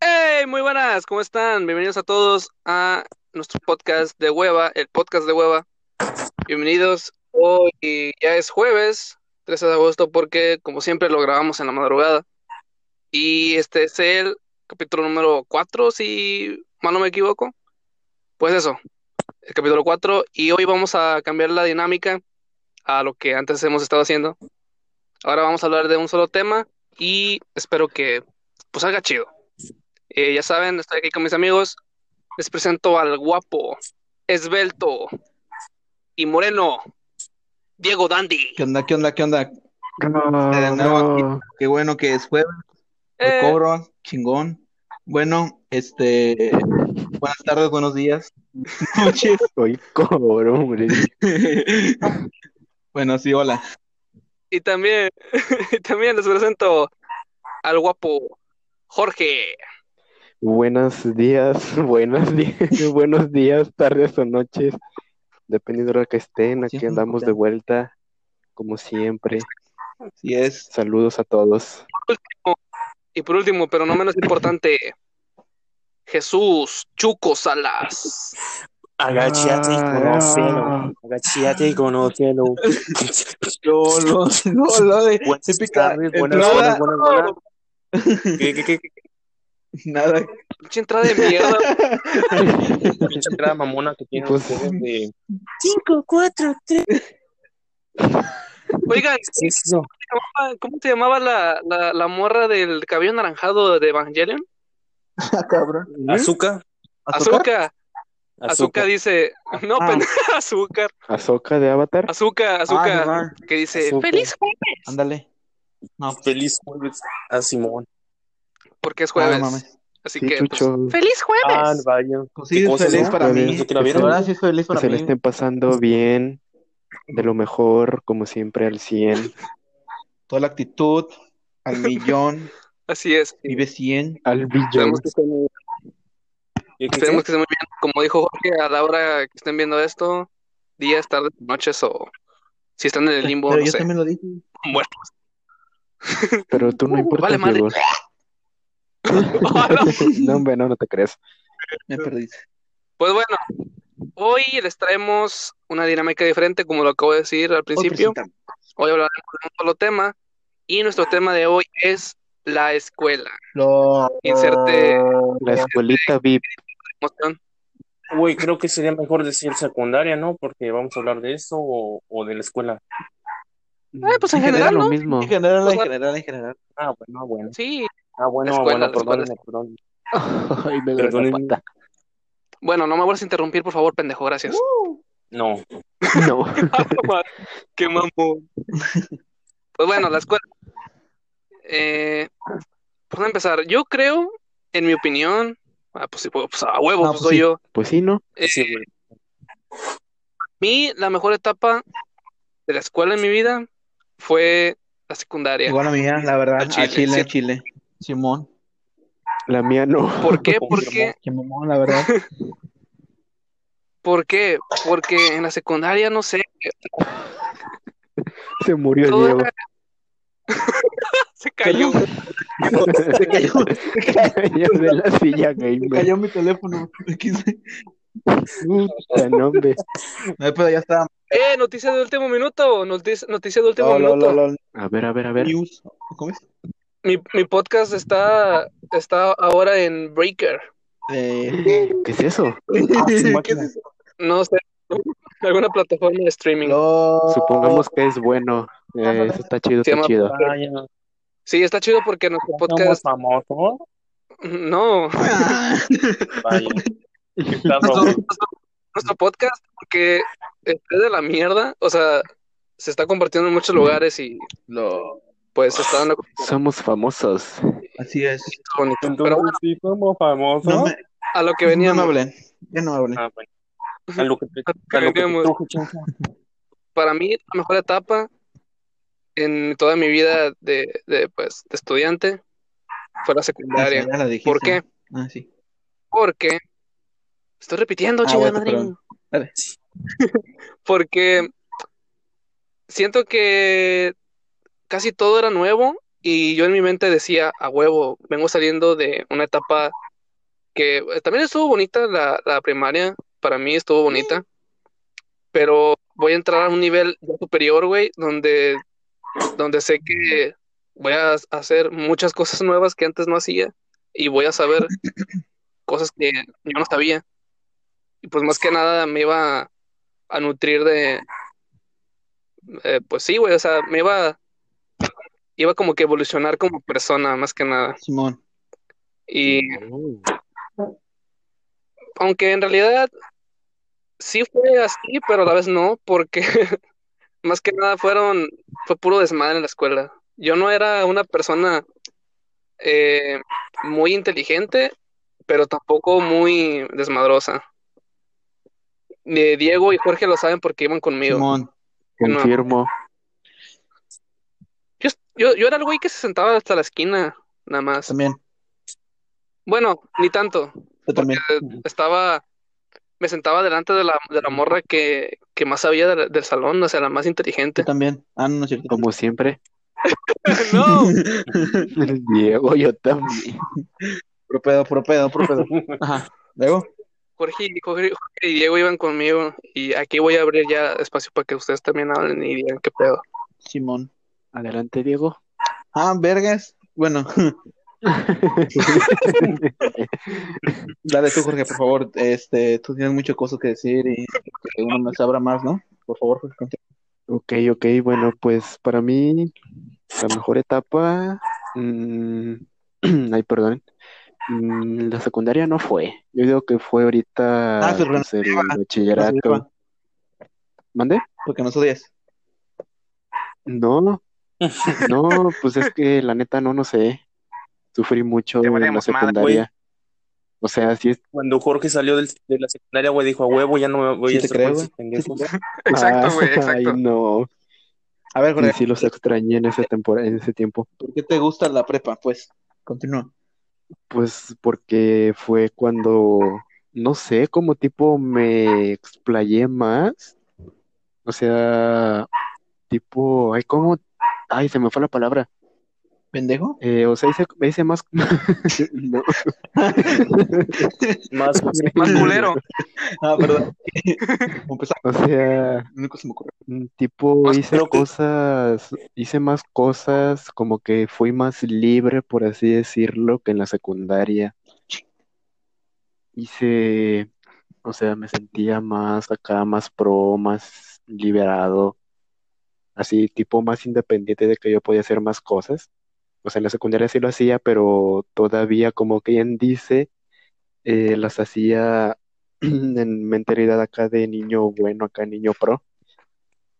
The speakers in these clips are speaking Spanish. Hey, muy buenas, ¿cómo están? Bienvenidos a todos a nuestro podcast de hueva, el podcast de hueva. Bienvenidos, hoy ya es jueves, 13 de agosto, porque como siempre lo grabamos en la madrugada. Y este es el capítulo número 4, si mal no me equivoco. Pues eso, el capítulo 4, y hoy vamos a cambiar la dinámica a lo que antes hemos estado haciendo. Ahora vamos a hablar de un solo tema y espero que pues salga chido. Eh, ya saben, estoy aquí con mis amigos. Les presento al guapo, esbelto y moreno, Diego Dandy. ¿Qué onda? ¿Qué onda? ¿Qué onda? No, De nuevo Ah, no. aquí. Qué bueno que es jueves. Eh, Recobro, chingón. Bueno, este. Buenas tardes, buenos días. Noches. Soy cobrón, güey. bueno, sí, hola. y también, y también les presento al guapo Jorge. Buenos días, buenos días, buenos días, tardes o noches, dependiendo de la hora que estén, aquí Siempre andamos de juntas. vuelta, como siempre. Sí es. Saludos a todos. Y por último, pero no menos importante, Jesús Chuco Salas. Agachate y Ah. conócelo. Agachate y conócelo. Yo lo, yo lo de. Buenas Típica tardes, buenas entrada. horas, buenas buenas. eh, ¿Qué, qué, qué? qué? Nada. Pinche entrada de mierda. Pinche entrada mamona que tienen Pues- ustedes de... Oigan, ¿Qué es eso? ¿cómo se llamaba la, la, la morra del cabello anaranjado de Evangelion? cabrón. ¿Azúcar? Azúcar. Azúcar Azúcar. dice, no, Ah. pendejo, azúcar, Azoka de Avatar. azúcar, Ah, azúcar, no, que dice, Azúcar. feliz jueves, Ándale. No, Feliz jueves a Simón. porque es Ah, no, jueves, no mames. así Sí, que, pues, Chucho. feliz Ah, jueves, vaya. Pues sí, Qué es cosas, feliz ¿no? para mí. Eso que la vieron. Ahora sí es feliz Que para se la mí. estén pasando bien, de lo mejor, como siempre, al 100, Toda la actitud, al millón, así es, vive 100. al billón. esperemos que, estén, ¿Qué, qué, esperemos que qué? estén muy bien, como dijo Jorge, a la hora que estén viendo esto, días, tardes, noches, o si están en el limbo, Pero no yo sé, también lo dije. muertos, Pero tú no importas, Uh, vale madre. Diego. Ojalá. No, hombre, no, no te creas. Me perdí. pues bueno, hoy les traemos una dinámica diferente, como lo acabo de decir al principio, hoy hablaremos de un solo tema, y nuestro tema de hoy es la escuela, Lo... Inserte- La escuelita VIP. emoción, Güey, creo que sería mejor decir secundaria, ¿no? Porque vamos a hablar de eso o, o de la escuela. Eh, pues en Era general, lo ¿no? mismo. En general, O en sea- general, en general. Ah, bueno, ah, bueno. Sí, Ah, bueno, ah, Escuela, bueno, perdón, escuela. perdón. Ay, me duele la Perdónenme. pata. Bueno, no me vuelvas a interrumpir, por favor, pendejo, gracias. Uh. No. No. Qué mamón. Pues bueno, la escuela. Eh, pues a empezar. Yo creo, en mi opinión, ah, pues, sí, pues, a huevo, Ah, pues, pues, soy sí. yo. Pues sí, ¿no? Eh, Sí, güey. a mí, la mejor etapa de la escuela en mi vida fue la secundaria. Igual a mí, ah, la Al verdad. A chile, Chile, sí. a Chile. Simón. La mía no. ¿Por qué? Confirmo. Porque, Que mamón, la verdad. ¿Por qué? Porque en la secundaria, no sé, Se murió todo Diego. era- se cayó. Se cayó, se cayó, Cayó de la silla gamer. se cayó mi teléfono. Quise- Puta, no, hombre. No, pero ya está. Eh, noticia de último minuto, noticia, noticia de último Lol, lol, minuto. lol, lol. A ver, a ver, a ver. News. ¿Cómo es? Mi, mi podcast está, está ahora en Breaker. Eh, ¿Qué es eso? ¿Qué es eso? No sé, alguna plataforma de streaming. Lol. Supongamos que es bueno. Ah, Eh, eso está chido, Se está llama- chido. Vaya, ¿no Sí, está chido porque nuestro somos podcast. famosos? No, Ah, Vaya. nuestro, Está famoso. nuestro- nuestro podcast porque es de la mierda. O sea, se está compartiendo en muchos lugares y lol. pues está dando cosas Somos famosos. Así es. bonitas. Pero Entonces bueno, sí somos famosos. No me, a lo que ya no veníamos, hablé. Ya no hablé. Ah, bueno. A lo que te, a lo que te Cambiemos. truje, chanza. para mí, la mejor etapa en toda mi vida de, de, pues, de estudiante fue la Ah, sí, secundaria. ya la dijiste. ¿Por qué? Ah, sí. Porque estoy repitiendo, Ah, chingada bueno, madre. perdón. Dale. Porque siento que casi todo era nuevo y yo en mi mente decía, a huevo, vengo saliendo de una etapa que eh, también estuvo bonita la, la primaria, para mí estuvo bonita, pero voy a entrar a un nivel ya superior, güey, donde, donde sé que voy a hacer muchas cosas nuevas que antes no hacía y voy a saber cosas que yo no sabía. Y pues más que nada me iba a, a nutrir de, eh, pues sí, güey, o sea, me iba, iba como que evolucionar como persona, más que nada. Simón. Y Oh, aunque en realidad sí fue así, pero a la vez no, porque más que nada fueron, fue puro desmadre en la escuela. Yo no era una persona eh, muy inteligente, pero tampoco muy desmadrosa. Eh, Diego y Jorge lo saben porque iban conmigo. Simón. No. Confirmo. Yo, yo, yo era el güey que se sentaba hasta la esquina, nada más. También. Bueno, ni tanto. Yo también. Estaba, me sentaba delante de la, de la morra que, que más sabía del, del salón, o sea, la más inteligente. Yo también. Ah, no, no es cierto. Como siempre. No, El Diego, yo también. Puro pedo, puro pedo, puro pedo. Ajá. Luego, Jorge, y- Jorge- Jorge y Diego iban conmigo y aquí voy a abrir ya espacio para que ustedes también hablen y digan qué pedo. Simón. Adelante, Diego. Ah, vergas. Bueno, dale tú, Jorge, por favor. Este, tú tienes muchas cosas que decir y que uno no sabrá más, ¿no? Por favor, Jorge. continúa. Ok, ok, bueno, pues para mí la mejor etapa, mm, ay, perdón, mm, la secundaria no fue, yo digo que fue ahorita Ah, pero pues, el No se bachillerato. lleva, ¿Mande? Porque no odias. No, no, pues es que la neta no, no sé, sufrí mucho Te en la valemos madre, secundaria, o sea, sí es, Cuando Jorge salió del- de la secundaria, güey, dijo a huevo, ya no me voy Sí a te estar creo, con güey. esos pendejos. Exacto, güey, Ah, ay, exacto. no, A ver, sí, Jorge, sí los extrañé en esa temporada, en ese tiempo. ¿por qué te gusta la prepa? Pues, continúa. Pues porque fue cuando, no sé, como tipo me explayé más. O sea, tipo, ay, ¿cómo? Ay, se me fue la palabra. ¿Pendejo? Eh, o sea, hice, hice más... No, Más, Más culero, Ah, perdón. Empezamos. o sea, Nunca se me ocurrió. mm, tipo, Más hice creo que- cosas, hice más cosas, como que fui más libre, por así decirlo, que en la secundaria. hice, o sea, me sentía más acá, más pro, más liberado, así tipo más independiente de que yo podía hacer más cosas. O sea, en la secundaria sí lo hacía, pero todavía como quien dice, eh, las hacía en mentalidad acá de niño bueno, acá niño pro.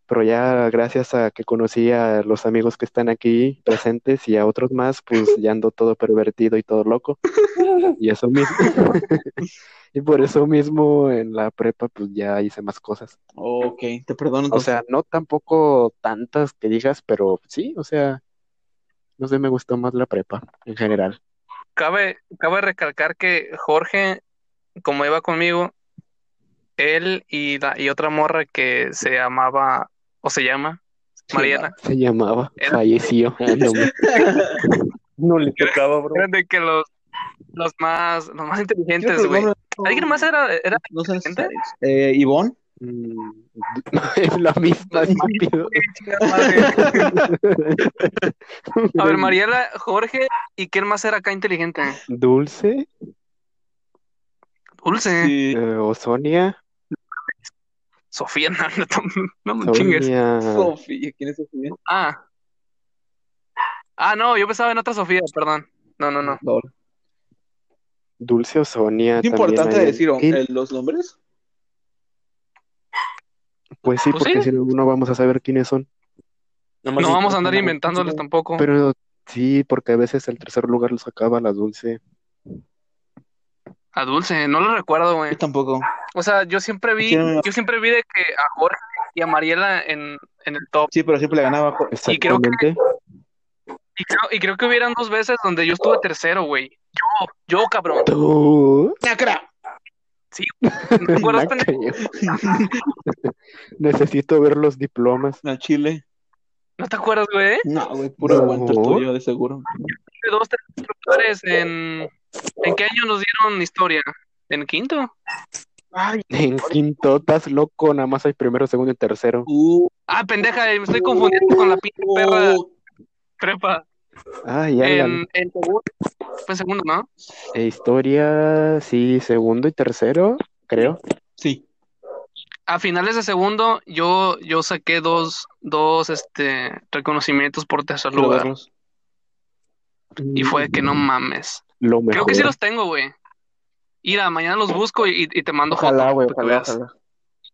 Pero ya gracias a que conocí a los amigos que están aquí presentes y a otros más, pues ya ando todo pervertido y todo loco. Y eso mismo. Y por eso mismo en la prepa pues ya hice más cosas. Ok, te perdono. O sea, no tampoco tantas que digas, pero sí, o sea, no sé, me gustó más la prepa en general. Cabe, cabe recalcar que Jorge, como iba conmigo, él y, la, y otra morra que se llamaba, o se llama, Mariana, Se llamaba, Era- falleció. Ah, no, me- no le tocaba, bro. eran de que los, los más, los más inteligentes, güey. ¿Alguien más era, era No sé. inteligente? Eh, Ivonne. Mm, es la misma, estúpido. A ver, Mariela, Jorge, ¿y quién más era acá inteligente? Dulce Dulce, Sí. eh, o Sonia. Sofía, no, no, no me chingues. Sonia. Sofía, ¿quién es Sofía? Ah. Ah, no, yo pensaba en otra Sofía, perdón. No, no, no. Lol. Dulce o Sonia. Es también importante ahí. decir Y- eh, los nombres. Pues sí, Pues porque sí. si no, no vamos a saber quiénes son. Nada más No dijo, vamos a andar "Ah, inventándoles tampoco. Pero sí, porque a veces el tercer lugar lo sacaba la Dulce. A Dulce, no lo recuerdo, güey. Yo tampoco. O sea, yo siempre vi, Sí, no. yo siempre vi de que a Jorge y a Mariela en, en el top. Sí, pero siempre le ganaba. Jorge. Y creo que- Exactamente. Y creo, y creo que hubieran dos veces donde yo estuve tercero, güey. Yo, yo, cabrón. Tú. ¿Te acuerdas, Naca, pendejo? yo. Necesito ver los diplomas. Al Chile. ¿No te acuerdas, güey? No, güey, puro No. aguanto tuyo, de seguro. Tuve dos, tres lugares en, ¿En qué año nos dieron historia? ¿En quinto? Ay, En quinto, estás loco, nada más hay primero, segundo y tercero. uh, Ah, pendeja, me estoy confundiendo con la pinche perra prepa. Ay, ya, la- En, en segundo, fue en segundo, ¿no? e historia, sí, segundo y tercero, creo. Sí. A finales de segundo, yo, yo saqué dos, dos este, reconocimientos por tercer lugar. Lograrlos. Y fue que no mames. Lo Creo que sí mejor. los tengo, güey. Ira, mañana los busco y, y te mando Mm, Ojalá, foto güey, para que ojalá, veas. ojalá.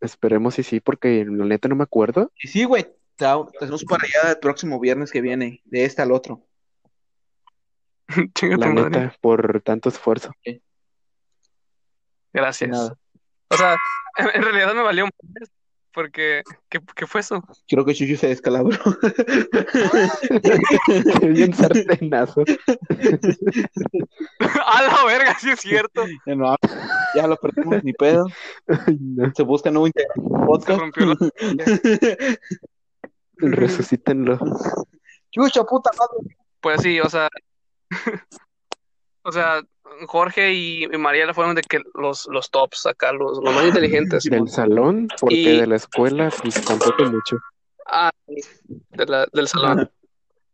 Esperemos y sí, porque la neta no me acuerdo. Y sí, güey, te hacemos para allá el próximo viernes que viene, de este al otro. Chinga tu La madre. neta, por tanto esfuerzo. Gracias. Nada. O sea, en, en realidad me valió un porque ¿qué, qué fue eso? Creo que Chuchu se descalabró. Bien sartenazo. A la verga, sí es cierto. Ya no habla. ya lo perdimos, ni pedo. Ay, no. Se busca nuevo integrante del Se podcast. rompió la... Resucítenlo. Chucho, puta madre. Pues sí, o sea, o sea, Jorge y, y Mariela fueron de que los, los tops acá, los, los más inteligentes Del salón, porque Y- de la escuela, pues tampoco mucho. Ah, de la- del salón.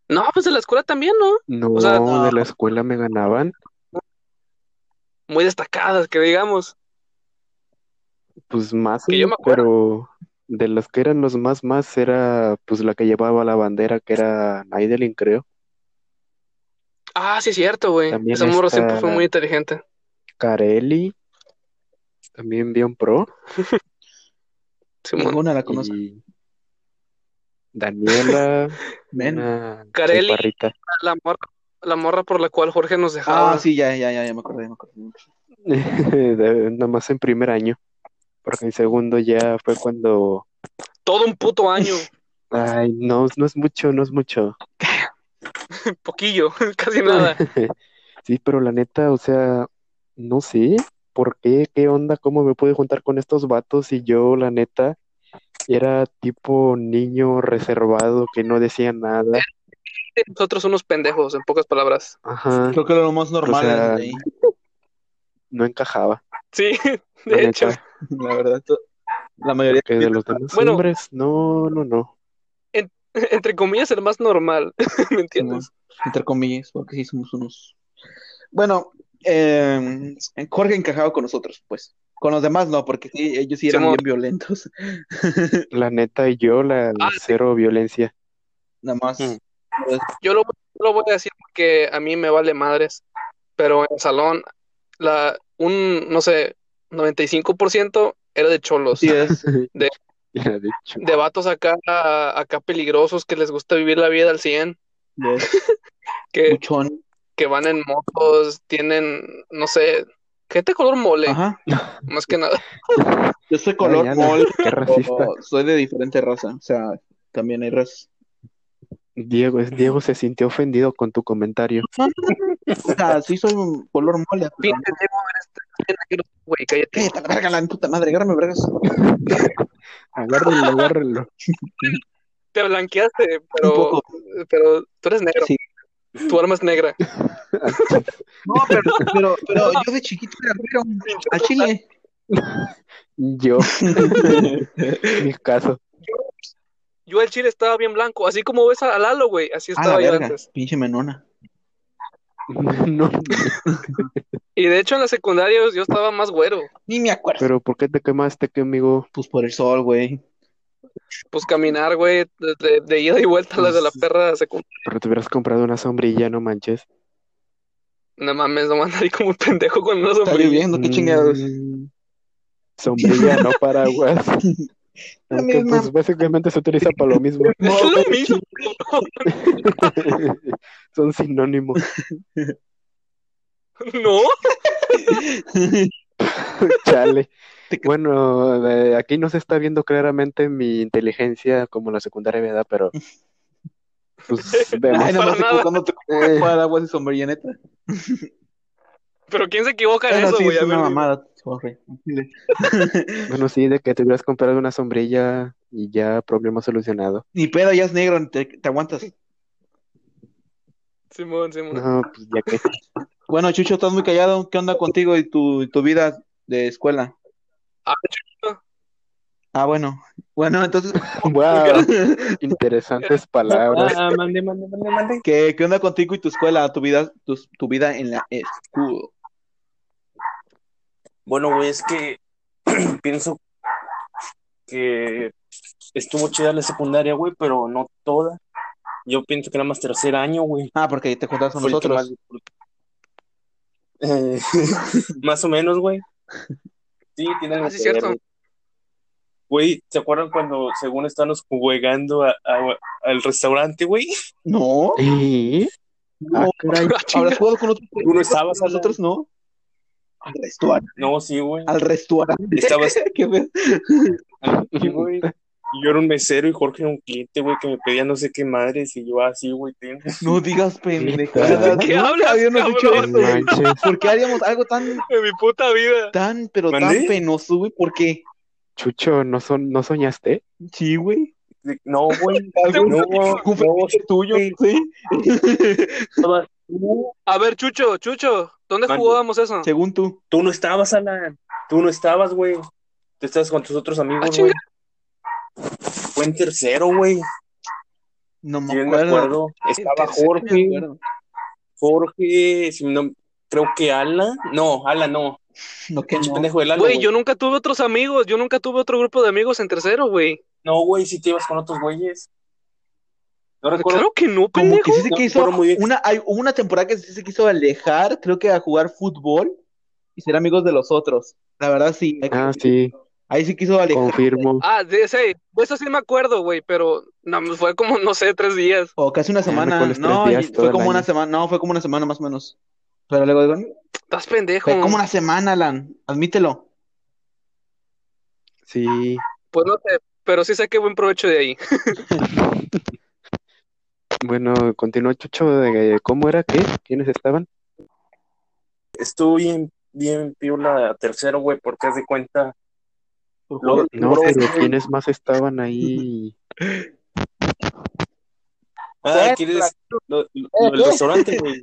No, pues de la escuela también, ¿no? No, O sea, no. de la escuela me ganaban. Muy destacadas, que digamos. Pues más, Que yo me pero de los que eran los más más era pues la que llevaba la bandera que era Naidelin, creo. Ah, sí es cierto, güey. También Ese morro está- siempre fue muy inteligente. Carelli, también bien pro Simón. Ninguna la conozco. y Daniela, Menos. una Carelli. chaparrita. La morra, la morra por la cual Jorge nos dejaba. Ah, sí, ya, ya, ya, ya me acordé, ya me acordé. De- nada más en primer año, porque en segundo ya fue cuando Todo un puto año. ay, no, no es mucho, no es mucho. Poquillo, casi nada. Sí, pero la neta, o sea, no sé por qué, qué onda, cómo me pude juntar con estos vatos y yo, la neta, era tipo niño reservado que no decía nada. Nosotros unos pendejos, en pocas palabras. Ajá, Creo que lo más normal O sea, era de ahí, no encajaba. Sí, La de hecho. neta, la verdad. to- La mayoría que de los demás Bueno. hombres, no, no, no. Entre comillas, el más normal. ¿Me entiendes? entre comillas, porque sí somos unos. Bueno, eh, Jorge encajaba con nosotros, pues. Con los demás no, porque sí, ellos sí eran Simón. bien violentos. La neta, y yo, la Ah, sí. cero violencia. Nada más. Mm. Yo lo, lo voy a decir porque a mí me vale madres. Pero en el salón, la, un, no sé, 95% era de cholos. Sí, es. Ya, de hecho, De vatos acá, acá peligrosos que les gusta vivir la vida al 100. es Que, Muchón. que van en motos, tienen, no sé, gente color mole, Ajá. más que nada. Yo soy Ay, color ya, mol, qué racista. pero soy de diferente raza. O sea, también hay razas. Diego, es- Diego se sintió ofendido con tu comentario. O sea, sí soy un color mole. pero- Pinche Diego, eres bien negro, güey, cállate. Cállate, la verga, la puta madre, agárrame, vergas. Agárrenlo, agárrenlo. Te blanqueaste, Un pero, poco. pero tú eres negro. Sí. Tu arma es negra. No, pero, pero, pero yo de chiquito era negro. A Chile. Yo, mi caso. Yo el chile estaba bien blanco, así como ves a Lalo, güey, así A Ah, la estaba yo verga, antes. pinche menona. No, Y de hecho en la secundaria yo estaba más güero, Ni me acuerdo. Pero ¿por qué te quemaste conmigo? Pues por el sol, güey. pues caminar, güey, de, de- de ida y vuelta a las de la Pues, perra secundaria. Pero te hubieras comprado una sombrilla, no manches. No mames, no voy a andar ahí como un pendejo con una Está sombrilla. lloviendo, qué chingados. Mm, sombrilla, no paraguas. La Aunque, misma. pues, básicamente se utiliza para lo mismo. Es lo mismo, Son sinónimos. ¿no? Chale. Bueno, eh, aquí no se está viendo claramente mi inteligencia como la secundaria me da, pero pues vemos. Ay, nomás para nada. equivocándote Eh, para aguas y sombrilla, neta. Pero ¿quién se equivoca en Bueno, eso, sí, güey? es A una ver, mamada, sorry. bueno, sí, de que te hubieras comprado una sombrilla y ya problema solucionado. Ni pedo, ya es negro, te, te aguantas. Simón, Simón. No, pues ya que. Bueno, Chucho, estás muy callado. ¿Qué onda contigo y tu, y tu vida de escuela? Ah, Ah, bueno. Bueno, entonces, Wow, interesantes palabras. Ah, mande, mande, mande, mande. ¿qué, qué onda contigo y tu escuela, tu vida, tu, tu vida en la escuela? Bueno, güey, es que pienso que estuvo chida la secundaria, güey, pero no toda. Yo pienso que nada más tercer año, güey. Ah, porque te juntas con fue el que nosotros. más disfruté. Eh, más o menos, güey. Sí, tiene algo Ah, sí, que cierto. ver, güey. Güey, ¿se acuerdan cuando según estábamos juegando a- a- al restaurante, güey? No, ¿Y? Ah, no. caray. ¿Habrás jugado con otros? Tú no estabas, con nosotros, no. Al restaurante. No, sí, güey. Al restaurante. Estabas Qué feo. Sí, güey. Y Yo era un mesero y Jorge era un cliente, güey, que me pedía no sé qué madres y yo así, güey, ten. No digas pendejadas. ¿De qué Nunca hablas, habíamos dicho No cabrón? eso, güey. manches. ¿Por qué haríamos algo tan, En mi puta vida. tan, pero tan ¿Mandé? penoso, güey? ¿Por qué? Chucho, ¿no, son, ¿no soñaste? Sí, güey. No, güey, Algo no, no, un fetiche tuyo, sí. sí. estabas tú, A ver, Chucho, Chucho, ¿dónde Mande. jugábamos eso? Según tú. tú no estabas, Alan, tú no estabas, güey. Tú estabas con tus otros Ah, amigos, chinga. güey. Fue en tercero, güey. No Sí, me me acuerdo. acuerdo. Estaba tercero, Me Jorge, acuerdo. Jorge, si no, creo que Alan. No, Alan no. No, que Pinche no. pendejo el Alan, Güey, güey. yo nunca tuve otros amigos, yo nunca tuve otro grupo de amigos en tercero, güey. No, güey, si te ibas con otros güeyes. No recuerdo. Claro que no, Como pendejo. que sí se No, quiso. fueron muy bien. Una, hay hubo una temporada que sí se quiso alejar, creo que a jugar fútbol y ser amigos de los otros. La verdad, sí. Ah, sí, Ahí sí quiso alejar. confirmo. Ah, de ese, de eso sí me acuerdo, güey, pero no, pues, fue como, no sé, tres días. O casi una Ah, no, semana. con los tres No, días y- todo fue el como una año. semana. No, fue como una semana más o menos. Pero luego digo, Estás pendejo. fue como una semana, Alan. Admítelo. Sí. Pues no sé, pero sí saqué buen provecho de ahí. Bueno, continúa Chucho de cómo era, qué, quiénes estaban. Estuvo bien, bien piola tercero, güey, porque haz de cuenta. Por Lo- favor. No, Bro, pero sí. quiénes más estaban ahí. Ah, ¿quieres lo, lo- lo del restaurante, güey?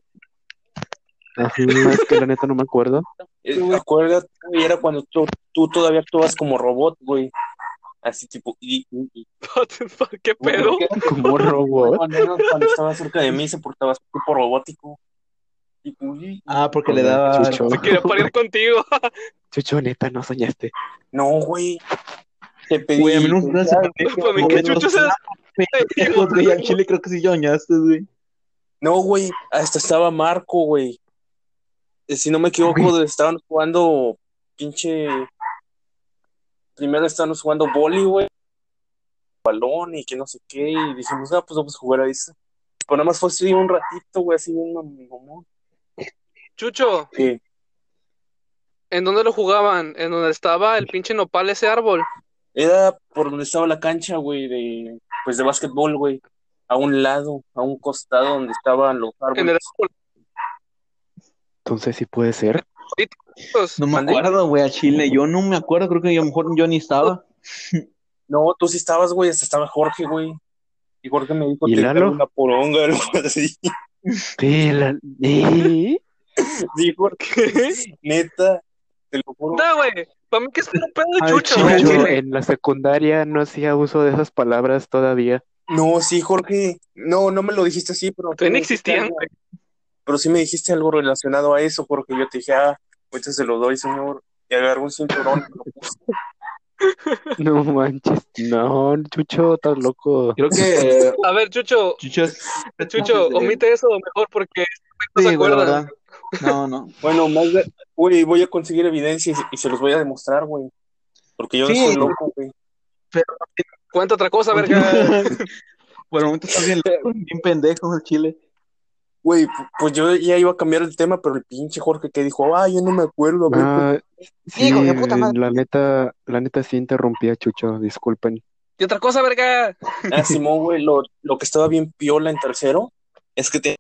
Así es que la neta no me acuerdo. Eh, Acuérdate, güey, era cuando tú, tú todavía actuabas como robot, güey. Así tipo, y, y- y- What the fuck, ¿Qué pedo? Como robot. Cuando, era- cuando estaba cerca de mí se portaba así tipo robótico. Tipo, uy, Ah, porque le Hola, daba. Chucho. Se quería parir contigo. Chucho, neta, no soñaste. no, güey. Te pedí. Güey, a mí no no se me olvida Para mí, que Chucho se. pendejos, pues, güey. Al chile creo que sí yoñaste, güey. No, güey, hasta estaba Marco, güey. Eh, Si no me equivoco, estaban jugando pinche. Primero estaban jugando boli, güey. Balón y que no sé qué. Y dijimos, ah, pues vamos a jugar a eso. Pero nada más fue así un ratito, güey, así un amigo, ¿no? Chucho, Sí. ¿en dónde lo jugaban? ¿En donde estaba el pinche nopal ese árbol? Era por donde estaba la cancha, güey, de, pues de básquetbol, güey. A un lado, a un costado donde estaban los En el árboles. árbol. Entonces sí puede ser. Pues, No me ¿Mandé? acuerdo, güey, al chile. Yo no me acuerdo. Creo que yo, a lo mejor yo ni estaba. No, tú sí estabas, güey, hasta estaba Jorge, güey. Y Jorge me dijo ¿Y que Lalo? era una poronga, algo así. Sí, la- ¿Eh? Dijo, ¿Qué? neta, te lo juro. No, güey. Para mí que es un pedo de Ay, Chucho, Chucho, güey. Chucho, Chile. en la secundaria no hacía uso de esas palabras todavía. No, sí, Jorge. No, no me lo dijiste así, pero. Todavía no me dijiste existían, algo. güey. Pero sí me dijiste algo relacionado a eso, porque yo te dije, ah, ahorita se lo doy, señor. Y agarró un cinturón. y me No lo puse. manches. No, Chucho, estás loco. Creo que. eh, A ver, Chucho, Chucho es. Chucho, omite eso mejor porque no se Sí, güey, la acuerdan. verdad. No, no. Bueno, más de. Güey, voy a conseguir evidencia y, y se los voy a demostrar, güey. Porque yo Sí. no soy loco, güey. Cuenta otra cosa, verga. Por el momento estás bien, loco, bien pendejo al chile. Güey, pu- pues yo ya iba a cambiar el tema, pero el pinche Jorge que dijo, ah, yo no me acuerdo, güey. Ah, sí, Hijo de puta madre. la neta, la neta sí interrumpí a Chucho, disculpen. Y otra cosa, verga. Ah, Simón, güey, lo, lo que estaba bien piola en tercero es que te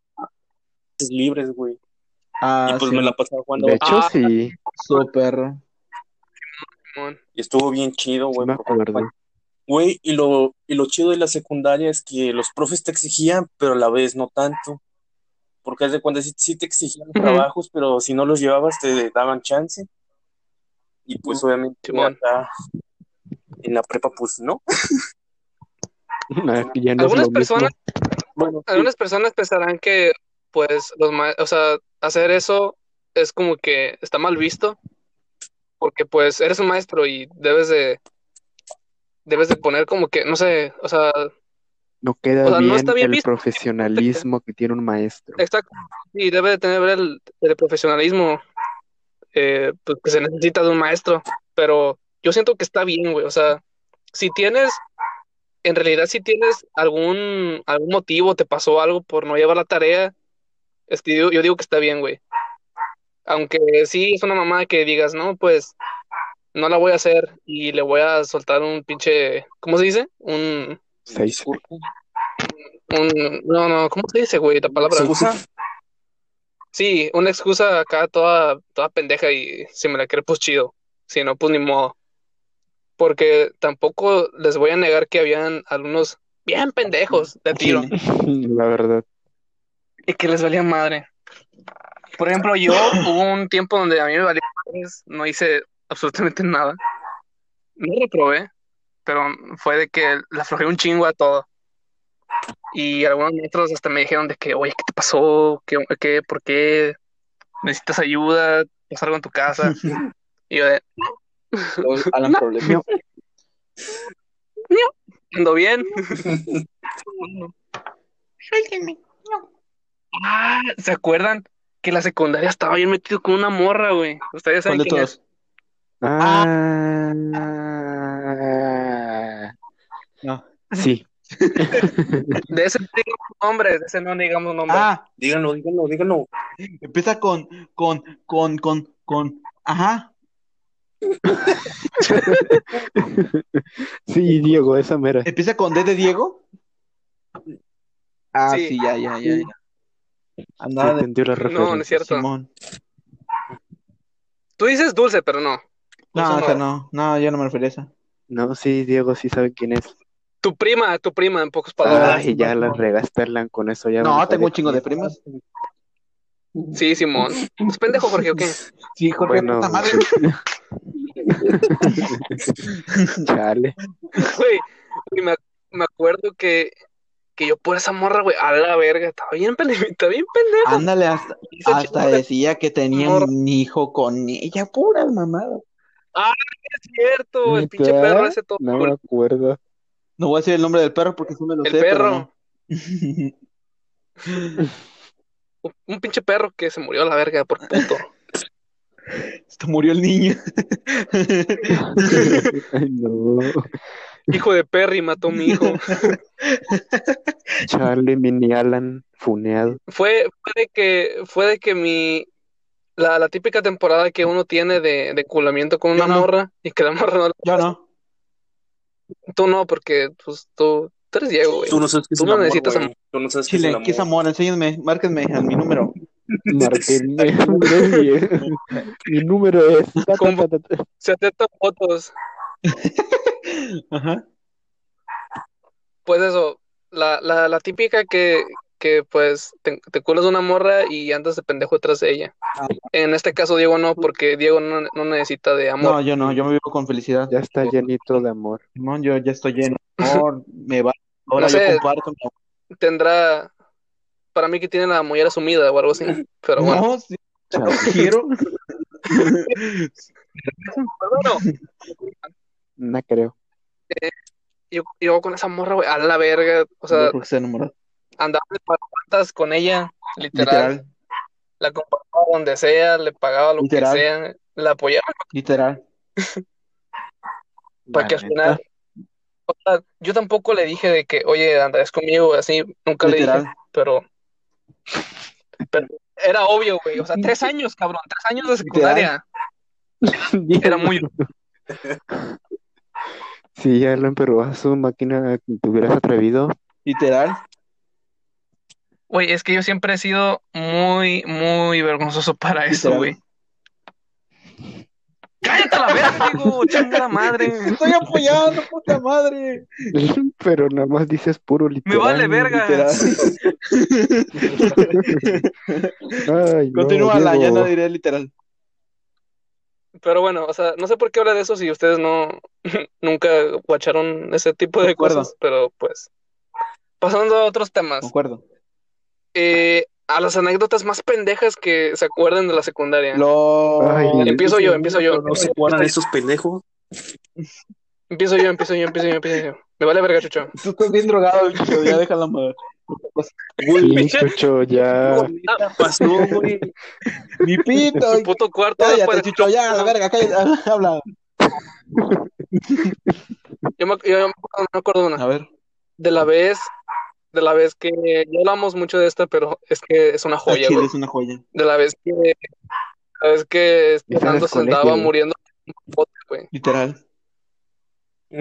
libres, güey. Ah, y pues sí. me la pasaba jugando. De hecho, Ah. sí, Súper. Simón. Y estuvo bien chido, sí güey. me porque, acuerdo. Güey, y lo, y lo chido de la secundaria es que los profes te exigían, pero a la vez no tanto. Porque haz de cuenta, sí, sí te exigían Ujú. trabajos, pero si no los llevabas te daban chance. Y pues obviamente Simón. acá en la prepa, pues no. Ah, Ya no Algunas es lo mismo. personas- Bueno, sí, Algunas personas pensarán que, pues, los ma- o sea, hacer eso es como que está mal visto, porque pues eres un maestro y debes de, debes de poner como que, no sé, o sea, No queda O sea, no bien está bien el visto. profesionalismo que tiene un maestro. exacto, y debe de tener el, el profesionalismo eh, pues, que se necesita de un maestro, pero yo siento que está bien, güey, o sea, si tienes, en realidad si tienes algún, algún motivo, te pasó algo por no llevar la tarea, este, yo, yo digo que está bien, güey. Aunque sí es una mamá que digas, no, pues no la voy a hacer y le voy a soltar un pinche, ¿cómo se dice? Un, Seis. disculpa. un, no, no, ¿cómo se dice, güey, la palabra? Excusa. Sí, una excusa acá toda, toda pendeja y si me la cree, pues chido. Si no, pues ni modo. Porque tampoco les voy a negar que habían alumnos bien pendejos de tiro Chile. La verdad. y que les valía madre. Por ejemplo, yo hubo un tiempo donde a mí me valía madres, no hice absolutamente nada. No reprobé, pero fue de que la aflojé un chingo a todo. Y algunos maestros hasta me dijeron de que, oye, ¿qué te pasó? ¿Qué, qué, por qué? ¿Necesitas ayuda? ¿Pasa algo en tu casa? Y yo de, Alan Problem. No, ando bien. Suélteme. Ah, ¿se acuerdan? Que la secundaria estaba bien metido con una morra, güey. Ustedes saben ¿Cuál de quién es. todos? Ah. No. Sí. De ese no digamos nombres, de ese no digamos nombres. Ah, Díganlo, díganlo, díganlo. empieza con, con, con, con, con. Ajá. Sí, Diego, esa mera. Empieza con D de Diego. Ah, Sí. sí, ya, ya, ya, ya. Se Andaba de entendió la no, no es referencia. cierto. Simón. Tú dices dulce, pero no. Dulce No, no. o sea, no, no, yo no me refería a esa. No, sí, Diego, sí sabe quién es. Tu prima, tu prima, en pocas palabras. Ay, ya la regaste, Alan, con eso ya No, vamos a tengo un ver chingo de quién. primas. Sí, Simón. ¿Es pendejo, Jorge, o qué? Sí, Jorge, Bueno, puta madre. chale. Güey, güey, me, me acuerdo que, que yo por esa morra, güey, a la verga, estaba bien pendejo, estaba bien pendejo. Ándale, hasta, Y se Ah, hasta chingó de- decía que tenía Amor. un hijo con ella, pura mamada. Es cierto, el pinche perro ese todo. No me acuerdo. No voy a decir el nombre del perro porque sí me lo El sé, perro. pero no. Un pinche perro que se murió a la verga por puto. Hasta murió el niño. Ay, no. Hijo de Perry mató a mi hijo. Chale, mini Alan, funeado. Fue, fue de que, fue de que mi, la, la típica temporada que uno tiene de, de culamiento con Yo una no. morra y que la morra no, Yo no. tú no, porque pues tú, tú eres Diego, güey. Tú no sabes qué es Tú el no amor, necesitas güey. Tú no sabes qué es el Chile, ¿qué es amor. amor? Enséñenme, márquenme a mi número. Marqué el número. Mi número es. ta, ta, ta, ta, ta. Se aceptan fotos. Ajá. Pues eso, la, la, la típica que, que pues te, te culas de una morra y andas de pendejo detrás de ella. Ah. En este caso Diego no, porque Diego no, no necesita de No, amor. yo no, yo me vivo con felicidad. Ya está llenito de amor. Simón, yo ya estoy lleno de amor, me va. Ahora No yo sé. comparto. mi amor. Tendrá, para mí que tiene la mollera sumida o algo así. Pero bueno. No, sí, no Chale. quiero. Pero bueno, No creo. yo, yo con esa morra, güey, a la verga. O sea, porque se enamoró. andaba de patas con ella, literal. Literal, La acompañaba donde sea, le pagaba lo Literal. que sea, la apoyaba literal. para que La al final. O sea, yo tampoco le dije de que, oye, andarás conmigo, así, nunca le Literal. dije, pero, pero era obvio, güey. O sea, tres años, cabrón, tres años de secundaria. neta. Era muy. Sí, Alan, pero a su máquina te hubieras atrevido. Literal. Güey, es que yo siempre he sido muy, muy vergonzoso para eso, Literal. güey. Cállate a la verga, digo, chinga la madre. Estoy apoyando, puta madre. Pero nada más dices puro Me literal. vale verga. literal. Ay, no, Continúala, ya Diego. no diré literal. Pero bueno, o sea, no sé por qué habla de eso si ustedes no nunca guacharon ese tipo de Concuerdo. cosas, pero pues. Pasando a otros temas. Concuerdo. Eh, a las anécdotas más pendejas que se acuerden de la secundaria. Lo... Ay, Empiezo yo, empiezo yo. No se acuerdan de esos pendejos. Empiezo yo, empiezo yo, empiezo yo, empiezo yo. Me vale verga, chucho. Tú estás bien drogado, Chucho, ya déjala madre. Sí, Chucho, ya. Ah, Pasó, güey. Mi pito, su puto cuarto pues, cállate, después de- Chucho, ya, a la verga, cállate, ah, habla. Yo me, yo me acuerdo- me acuerdo de una. A ver, De la vez, de la vez que ya hablamos mucho de esta, pero es que es una el joya, chile güey. es una joya. De la vez que, la vez que este Está en el Nando se colegio, andaba güey. muriendo en un bote, güey. Literal.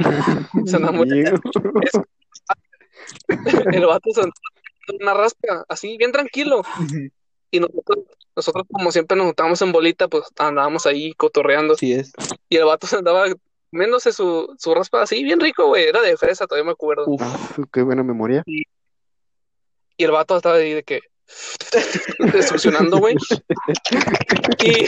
Se andaba muriendo. Diego. El vato se andaba muriendo en una raspa, así, bien tranquilo. Y nosotros, nosotros como siempre nos juntábamos en bolita, pues andábamos ahí cotorreando. Así es. Y el vato se andaba comiéndose su, su raspa así, bien rico, güey. Era de fresa, todavía me acuerdo. Uf. Ah, qué buena memoria. Y el vato estaba ahí de que. Destruccionando, güey. Y,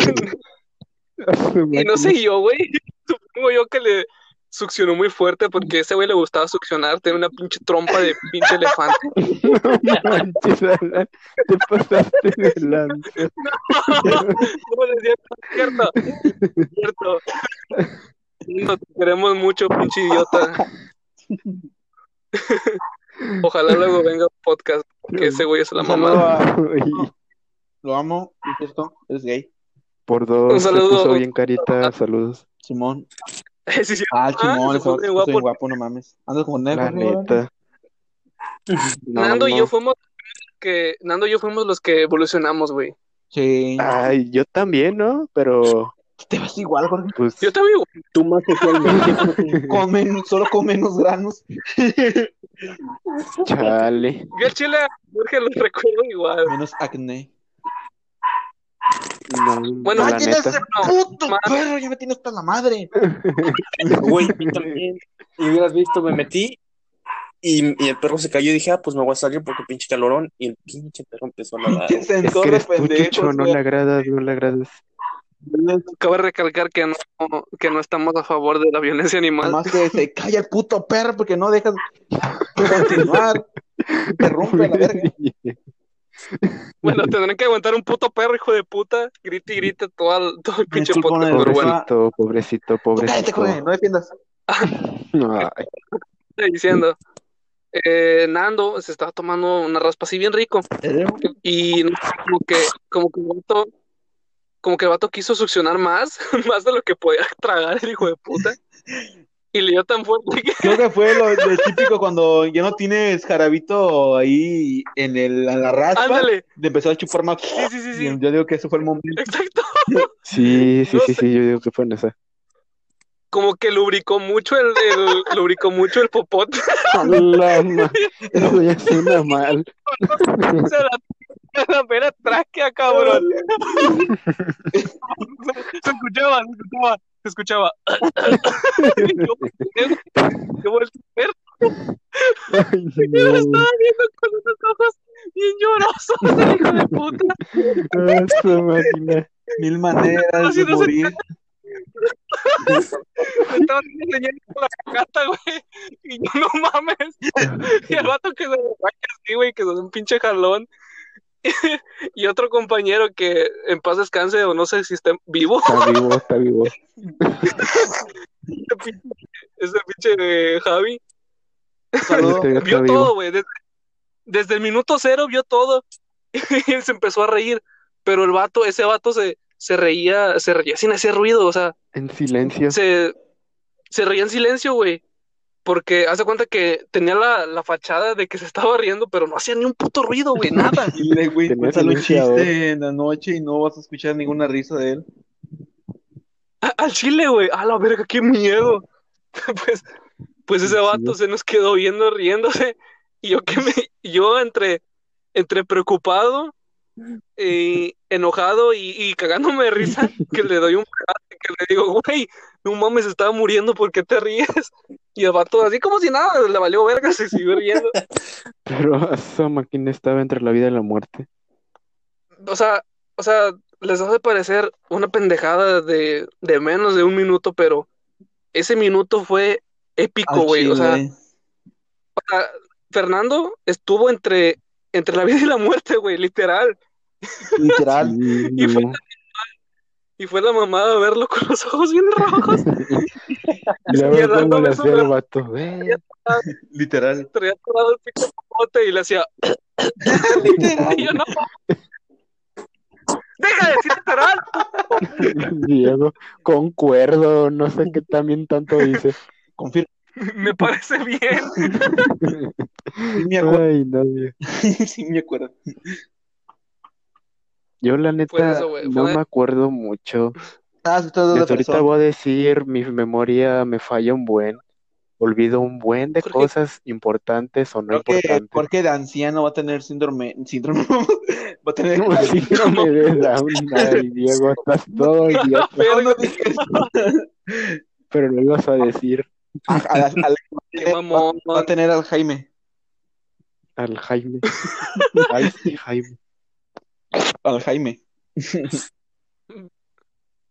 y no sé yo, güey. Supongo yo que le succionó muy fuerte porque a ese güey le gustaba succionar. Tenía una pinche trompa de pinche elefante. No manches, Alan, te pasaste de lanza. No, le decía, "No es cierto, es cierto. No te queremos mucho, pinche idiota. Ojalá luego venga un podcast que ese güey es la Un saludo mamada. a- Ay, Lo amo, es cierto, eres gay. Por dos, Un se saludo. puso bien carita, saludos. Simón. Sí, sí, sí. Ah, Ah, Simón, se ese puso vato bien se puso guapo. bien guapo, no mames. Andas con negro, La ¿no? neta. No, Nando y no. yo fuimos que Nando y yo fuimos los que evolucionamos, güey. Sí. Ay, yo también, ¿no? Pero, Te vas igual, Jorge. pues, Yo también, güey. Tú más sexualmente. Con menos, solo con menos granos. chale. Yo al chile a Jorge lo recuerdo igual. Menos acné. No, Bueno, la ¡Cállate neta. ese No, puto ma- perro! Ya me tiene hasta la madre. Güey, yo también. Y hubieras visto, me metí. Y, y el perro se cayó y dije, ah, pues me voy a salir porque pinche calorón. Y el pinche perro empezó a nadar. Se Es que encorre eres tú, Chucho, pendejos, no güey. le agradas, no le agradas. Cabe recalcar que no, que no estamos a favor de la violencia animal. Nomás que se calla el puto perro porque no dejas continuar. Interrumpe a la verga. Bueno, tendrán que aguantar un puto perro, hijo de puta. Grita y grita todo el, todo el pinche Disculpa, podcast. no, Pero bueno, Pobrecito, pobrecito, Tú cállate, Jorge, pobrecito. no defiendas. No, ay, estoy diciendo. Eh, Nando se estaba tomando una raspa así bien rico. Y no sé, como que, como que el vato, como que el vato quiso succionar más, más de lo que podía tragar el hijo de puta. Y le dio tan fuerte que Creo que fue lo, lo típico cuando ya no tienes jarabito ahí en, el, en la raspa. ándale. Te empezó a chupar más. Sí, sí, sí, sí. Y Yo digo que ese fue el momento. Exacto. sí, sí, No sí, sé. sí, yo digo que fue en esa. Como que lubricó mucho el, el- lubricó mucho el popote. La ma- Eso ya suena mal. Se la, se la pera tráquea, cabrón. Se, se escuchaba, se escuchaba, se escuchaba. yo, yo volteé a ver, Ay, yo lo no. estaba viendo con unos ojos bien llorosos, el hijo de puta. Ah, su máquina. Mil maneras Así de no se- morir. Me estaban enseñando con la cagata, güey. Y yo, no mames. Y el vato que se le vaya así, güey, que se da un pinche jalón. Y otro compañero que en paz descanse, o no sé si está vivo, Está vivo, está vivo. ese pinche, ese pinche eh, Javi. Saludo. Este ya está Vio vivo. todo, güey. Desde, desde el minuto cero vio todo. Y él se empezó a reír. Pero el vato, ese vato se, se reía, se reía sin hacer ruido. O sea, En silencio. se, se reía en silencio, güey. Porque hace cuenta que tenía la, la fachada de que se estaba riendo, pero no hacía ni un puto ruido, güey, nada. Dile, güey, Tenía cuéntale un silenciador. chiste en la noche y no vas a escuchar ninguna risa de él. A- Ah, al chile, güey. A la verga, qué miedo. Pues, pues ese vato se nos quedó viendo, riéndose. Y yo que me, yo entre, entre preocupado, eh, enojado y, y cagándome de risa, que le doy un que le digo, güey, no mames, estaba muriendo, ¿por qué te ríes? Y el vato, así como si nada, le valió verga, se siguió riendo. Pero esa máquina estaba entre la vida y la muerte. O sea, o sea, les hace parecer una pendejada de, de menos de un minuto, pero ese minuto fue épico, güey. O sea, o sea, Fernando estuvo entre, entre la vida y la muerte, güey, literal. literal. Sí, Y fue- no. Y fue la mamada verlo con los ojos bien rojos. Y luego Mierda, cómo no le me hacía el sobra. vato, "Eh, Literal. Traía atorado el pinche popote y le hacía. Literal. Y yo, no. Deja de decir literal. Diego, concuerdo, no sé qué también tanto dice. Confirmo. Me parece bien. Sí me acuerdo. Ay, no, Diego. sí me acuerdo. Yo la neta eso, güey, no fue- me acuerdo mucho. Ah, sí, todo de Hasta ahorita persona. voy a decir, mi memoria me falla un buen. Olvido un buen de Jorge. cosas importantes o no Creo que importantes. Jorge de anciano va a tener síndrome, síndrome, va a tener... No, síndrome de Down, ay, Diego, estás todo idiota, No, no dije eso. pero lo ibas a decir A- a la- a la- Qué mamón. va a tener al Jaime. al Jaime. Ay, sí, Jaime. Al Jaime.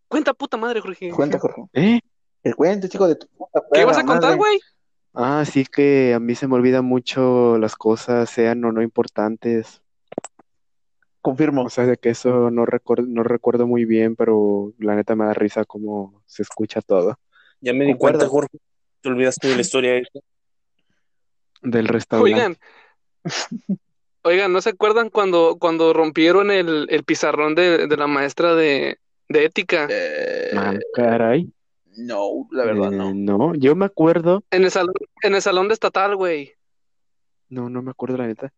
Cuenta puta madre, Jorge. Cuenta, Jorge. ¿Eh? El cuento, chico, de tu puta ¿Qué ibas a perra contar, madre. güey? Ah, sí que a mí se me olvidan mucho las cosas, sean o no importantes. Confirmo. O sea, de que eso no recuerdo, no recuerdo muy bien, pero la neta me da risa cómo se escucha todo. Ya me di Concuerdo. cuenta, Jorge. Te olvidaste de la historia esa. Del restaurante. Oigan. Oigan, ¿no se acuerdan cuando, cuando rompieron el, el pizarrón de, de la maestra de, de ética? Eh, Ah, caray. no, la verdad Eh, no. yo me acuerdo. En el salón, en el salón de estatal, güey. No, no me acuerdo, la neta.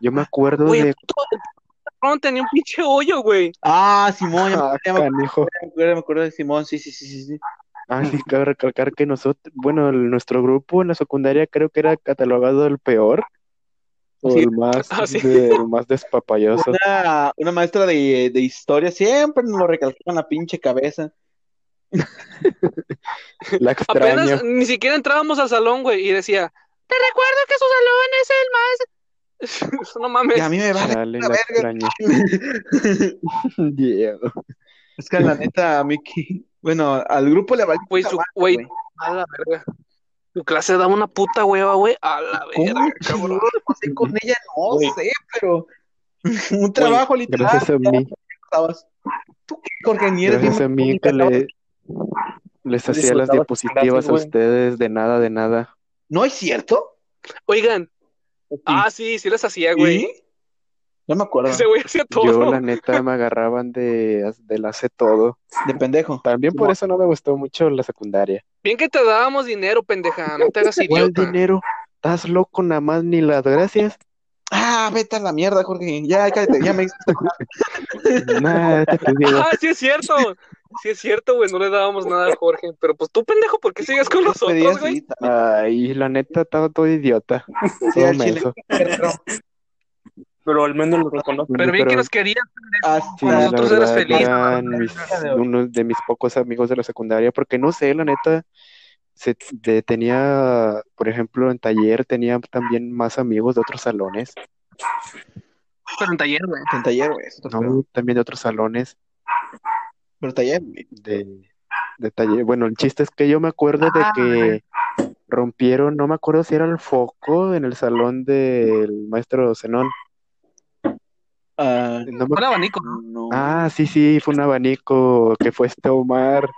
Yo me acuerdo Güey, de. el puto- el pizarrón tenía un pinche hoyo, güey. Ah, Simón, ya me, Ah, ya me- canijo. ya me acuerdo, ya me acuerdo de Simón, sí, sí, sí, sí, sí. Ah, sí, cabe recalcar que nosotros, bueno, el- nuestro grupo en la secundaria creo que era catalogado el peor o Sí. el más, Ah, sí. de- el más despapalloso. Una, una maestra de, de historia siempre nos lo recalcaba en la pinche cabeza. La Apenas extraño. ni siquiera entrábamos al salón, güey, y decía, te recuerdo que su salón es el más... no mames. Y a mí me vale. Chale, la la verga. extraño. Diego. es que la neta, a mí, que- bueno, al grupo le vale. Güey, su- madre, güey, a la verga. Tu clase da una puta hueva, güey, a la verga, ¿Cómo cabrón. chingados lo pasé con ella? No Güey. sé, pero un trabajo literal. Gracias a mí, estabas. ¿Tú qué, Jorge? Ni eres gracias a bien mí que comunicador. le, les hacía las Disfrutabas diapositivas gratis, a güey. ustedes de nada, de nada. ¿No es cierto? Oigan, ah, sí, sí les hacía, güey. ¿Sí? No me acuerdo. Ese güey hacía Yo, todo. la neta, me agarraban de, del hace todo. De pendejo. También por eso no me gustó mucho la secundaria. Bien que te dábamos dinero, pendeja, no te hagas ¿Cuál idiota. dinero? ¿Estás loco nada más ni las gracias? Ah, vete a la mierda, Jorge. Ya, cállate, ya me Nada, te digo. Ah, sí es cierto. Sí es cierto, güey, no le dábamos nada a Jorge, pero pues tú, pendejo, ¿por qué sigues con nosotros, pedías güey? sí, también. Ay, la neta, estaba todo idiota. Sí, Todo al chile. menso. Pero Pero al menos lo reconozco. Pero bien que nos querías, sí, con la hasta nosotros eras verdad, feliz. eran mis, uno de mis pocos amigos de la secundaria, porque no sé, la neta, se, de- tenía, por ejemplo, en taller tenía también más amigos de otros salones, Pero en taller, güey. en taller, güey. es otro ¿no? pedo. También de otros salones. Pero taller, güey. de, de taller. Bueno, el chiste es que yo me acuerdo de Ah, que rompieron, no me acuerdo si era el foco en el salón del maestro Zenón. Ah, No me- Hola, abanico. no. Ah, sí, sí, fue un abanico que fue este Omar. que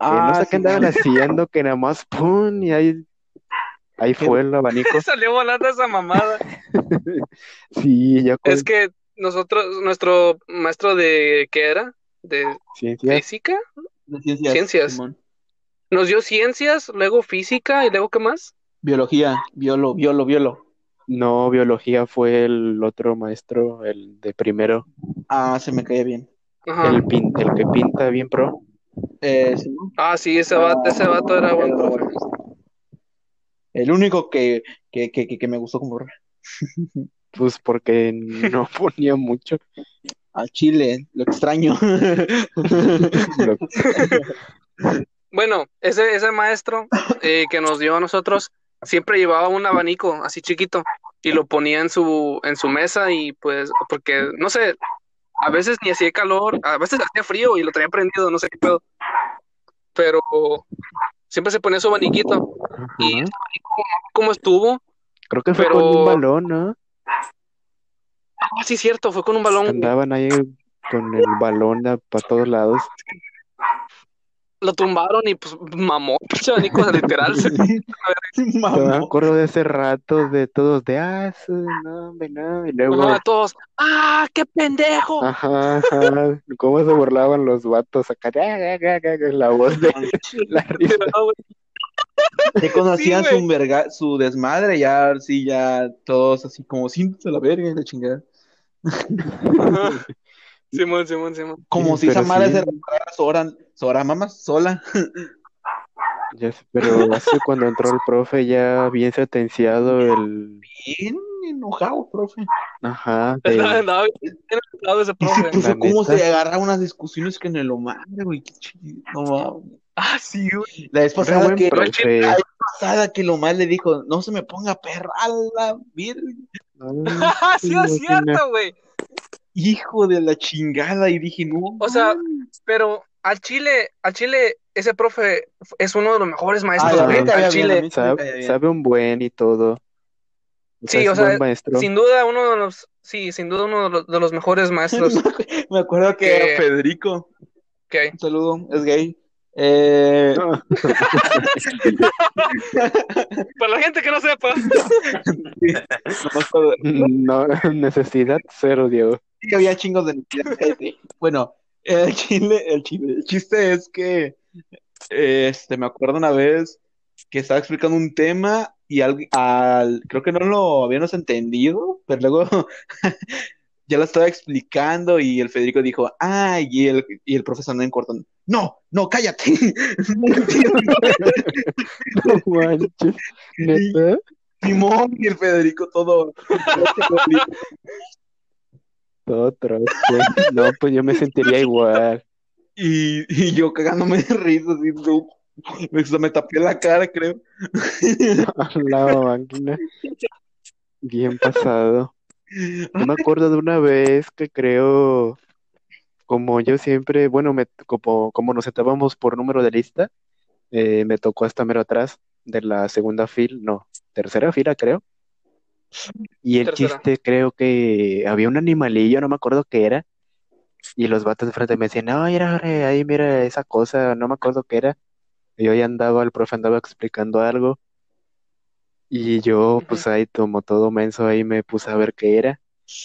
Ah, no sé qué sí, andaban güey. haciendo, que nada más ¡pum! Y ahí, ahí fue el abanico. Salió volando esa mamada. Sí, ya con Es que nosotros, nuestro maestro de, ¿qué era? De ciencias. física. De Ciencias. Ciencias. Simón. Nos dio ciencias, luego física y luego qué más. Biología, biolo, biolo, biolo. No, biología fue el otro maestro, el de primero, Ah, se me caía bien. Ajá. el, pin- el que pinta bien pro. Eh, Simón. Ah, sí, ese vato, ese vato era buen Pero- profe. El único que, que, que, que, que me gustó como Pues porque no ponía mucho. al Chile, lo extraño. Lo- Bueno, ese, ese maestro eh, que nos dio a nosotros siempre llevaba un abanico así chiquito y lo ponía en su, en su mesa y pues, porque, no sé, a veces ni hacía calor, a veces hacía frío y lo tenía prendido, no sé qué pedo. Pero siempre se ponía su abaniquito. Y Ajá. ese abanico, ¿cómo estuvo? Creo que fue Pero- con un balón, ¿no? Ah, sí, cierto, fue con un balón. güey. Andaban ahí con el balón a- para todos lados. Lo tumbaron y pues mamó, pinche abanico, o sea, literal. se- Ah, Yo me Mamón. acuerdo de ese rato de todos de, ah, su- no, hombre, no. Y luego, Ajá, todos, ¡ah, qué pendejo! ajá, ajá, cómo se burlaban los vatos acá, "Ah, ah, ah, ah", la voz de la risa. Ya cuando Sí, hacían güey. su, verga- su desmadre, ya sí, ya todos así como cintos a la verga y la chingada. Ajá. Simón, Simón, Simón. Como si Pero esa madre sí. se reparara sola, sola, mamá, sola. Ya sé, pero así cuando entró el profe ya bien sentenciado el, Bien enojado, profe. Ah, ajá, de- Estaba andaba bien enojado ese Ese profe. profe, La ¿cómo neta. se agarra unas discusiones que en el madre, güey? Qué chido, no mames. Ah, sí, güey. La vez Re pasada buen que, la profe. vez profe. pasada que lo más le dijo, no se me ponga perra, a la verga. Ah, sí, es Imagina. cierto, güey. Hijo de la chingada. Y dije, no. O sea, mames. Pero al Chile, al Chile, ese profe es uno de los mejores a maestros, la Ajá. güey. mí Al caía bien, a Chile. mí sí me caía Sabe, bien. sabe un buen y todo. O sea, Sí, es o sea, buen maestro. Sin duda uno de los, sí, sin duda uno de los, de los mejores maestros Me acuerdo que Que- Federico, que hay. un saludo, es gay. Eh, Para la gente que no sepa, nomás para- No, necesidad cero, Diego. que había chingos de cállate. Bueno, el chile, el chile, el chiste es que este me acuerdo una vez que estaba explicando un tema y alguien al creo que no lo habíamos entendido, pero luego ya lo estaba explicando y el Federico dijo, "Ah", y el y el profesor en cortón, "No, no, cállate." No entiendo. No manches. ¿Neta? Simón y el Federico todo Todo troce. No, pues yo me sentiría igual. y, y yo cagándome de risa así, no. me, me tapé la cara, creo. A la máquina. Bien pasado. Yo me acuerdo de una vez que creo, como yo siempre, bueno, me, como, como nos sentábamos por número de lista, eh, me tocó hasta mero atrás de la segunda fila, no, tercera fila creo. Y el Tercera. chiste creo que había un animalillo, no me acuerdo qué era, y los vatos de frente me decían, no, mira, Jorge, ahí mira esa cosa, no me acuerdo qué era. Y yo ahí andaba, el profe andaba explicando algo, y yo pues ahí como todo menso ahí me puse a ver qué era.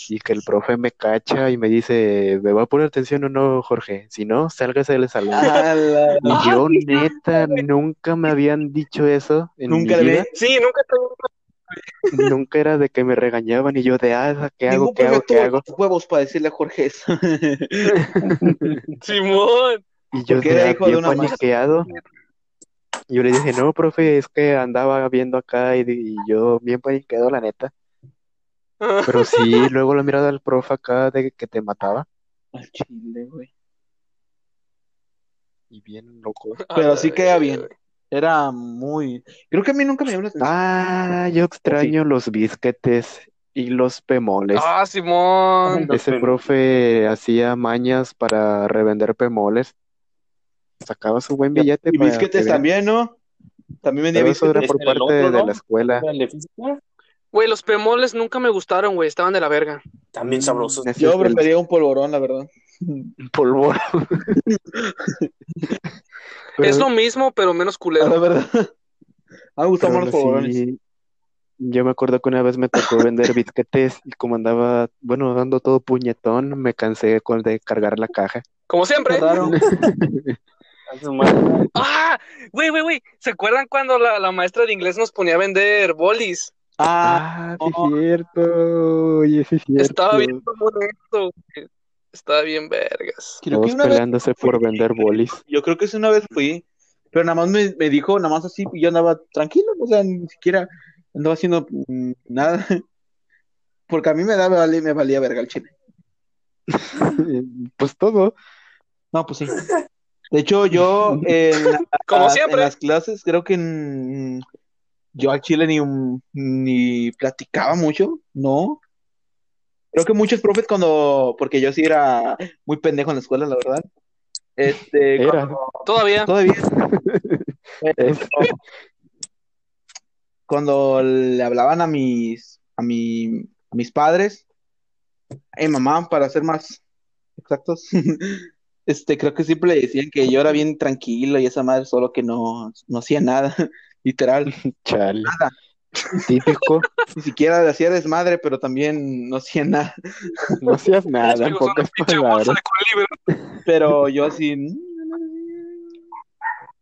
Y que el profe me cacha y me dice, ¿me va a poner atención o no, Jorge? Si no, sálgase del salón. A la- Y Ah, yo, sí, sí, neta, nunca me habían dicho eso en Nunca mi le vida. sí, nunca te... Nunca era de que me regañaban y yo de, ah, ¿qué hago? Ningún ¿Qué hago? prefecto ¿Qué tuvo hago? los huevos para decirle a Jorge eso. Simón. Y yo Porque era de, ah, hijo de bien una maestra. paniqueado. Y yo le dije, no, profe, es que andaba viendo acá y, y yo bien paniqueado, la neta. Ah, Pero sí, luego la mirada del profe acá de que te mataba. Al chile, güey. Y bien loco. Pero sí ay, queda ay, bien. ay. Era muy. Creo que a mí nunca me dio la atención. Ah, yo extraño los bisquetes y los pemoles. Ah, Simón. Ese profe hacía mañas para revender pemoles. Sacaba su buen billete Y para que bisquetes vean. también, ¿no? También vendía Pero eso era bisquetes. por Era el parte otro, de ¿no? la escuela. Era el de física. Güey, los pemoles nunca me gustaron, güey. Estaban de la verga. También sabrosos. Mm, ese Yo es el prefería un polvorón, la verdad. polvo. Es Pero, lo mismo, pero menos culero. La verdad. Ah, Me gustaban pero más los polvorones. sí, yo me acuerdo que una vez me tocó vender bisquetes y como andaba, bueno, dando todo puñetón, me cansé con- de cargar la caja. Como siempre. ¿eh? Qué raro. A su madre. Ah, güey, güey, güey. ¿Se acuerdan cuando la, la maestra de inglés nos ponía a vender bolis? Ah, Ah, sí es no. cierto. Oye, sí es Estaba bien cierto. bonito, güey. Estaba bien vergas. creo que Todos una vez. peleándose por vender bolis. Yo creo que sí una vez fui, pero nada más me, me dijo, nada más así, y yo andaba tranquilo, o sea, ni siquiera andaba haciendo mm, nada, porque a mí me daba, me valía verga el chile. Pues todo. No, pues sí. De hecho, yo en, la- Como Ah, las- en siempre. las clases creo que mm, yo al chile ni, mm, ni platicaba mucho, ¿no? Creo que muchos profes cuando, porque yo sí era muy pendejo en la escuela, la verdad. Este, Era. Todavía. todavía Es- cuando le hablaban a mis, a mi, a mis padres, a mi mamá, para ser más exactos, este, creo que siempre le decían que yo era bien tranquilo y esa madre, solo que no, no hacía nada, literal, Chale. Nada. Típico. ni siquiera le hacía desmadre, pero también no hacía nada, No hacías nada, en Amigos, son una pocas pinche bolsa palabras. de colibrí. pero yo así, "Mm".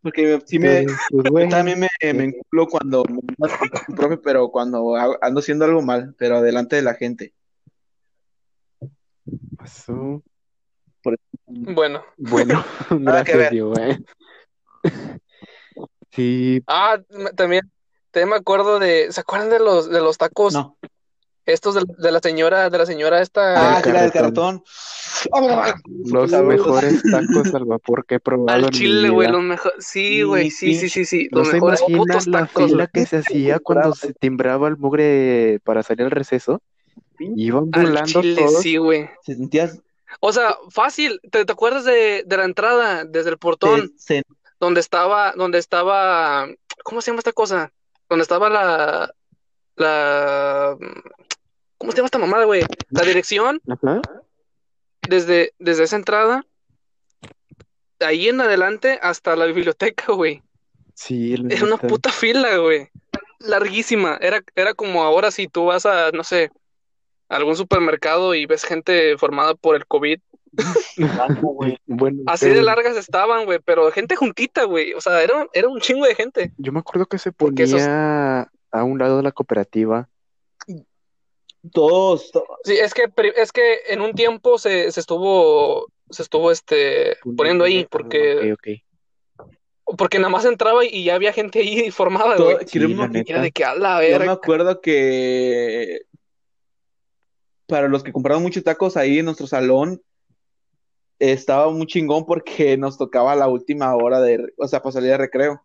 porque sí me, Pues, pues, güey, yo también me, me enculo cuando, profe, pero cuando hago- ando haciendo algo mal, pero delante de la gente. pasó. Bueno. Bueno, Nada que gracias, ver. Diego, eh. Sí, Ah, me- también, también me acuerdo de, ¿se acuerdan de los de los tacos? No. Estos de, de la señora, de la señora esta Ah, Del sí, la del carretón. cartón. los mejores tacos al vapor que he probado al en mi chile, güey, vida. los mejores, sí, güey, sí, sí, sí, sí, ¿No los se mejores imaginan putos la tacos, fila güey. que se hacía cuando se timbraba el mugre para salir al receso? Iban Al burlando chile, todos. sí, güey. Se sentías O sea, fácil, ¿te, te acuerdas de, de la entrada desde el portón? se- se- Donde estaba, donde estaba, ¿cómo se llama esta cosa? Donde estaba la, la, ¿cómo se llama esta mamada, güey? La dirección, Ajá. desde, desde esa entrada, de ahí en adelante hasta la biblioteca, güey. Sí, la Era una neta. puta fila, güey. Larguísima. Era, era como ahora si tú vas a, no sé, a algún supermercado y ves gente formada por el COVID. Blanco, güey. Bueno, Así de eh, largas estaban, güey, pero gente juntita, güey. O sea, era, era un chingo de gente. yo me acuerdo que se Porque esos- ponía a un lado de la cooperativa. todos, to- Sí, es que, pri- es que en un tiempo se, se estuvo, se estuvo este, poniendo ahí, Ah, ok, porque, ok. porque nada más entraba y ya había gente ahí formada, todo- güey. creo Sí, la que- Y Era neta. de que a la yo me verga. acuerdo que para los que compraron muchos tacos ahí en nuestro salón, estaba muy chingón porque nos tocaba la última hora de, o sea, para salir de recreo.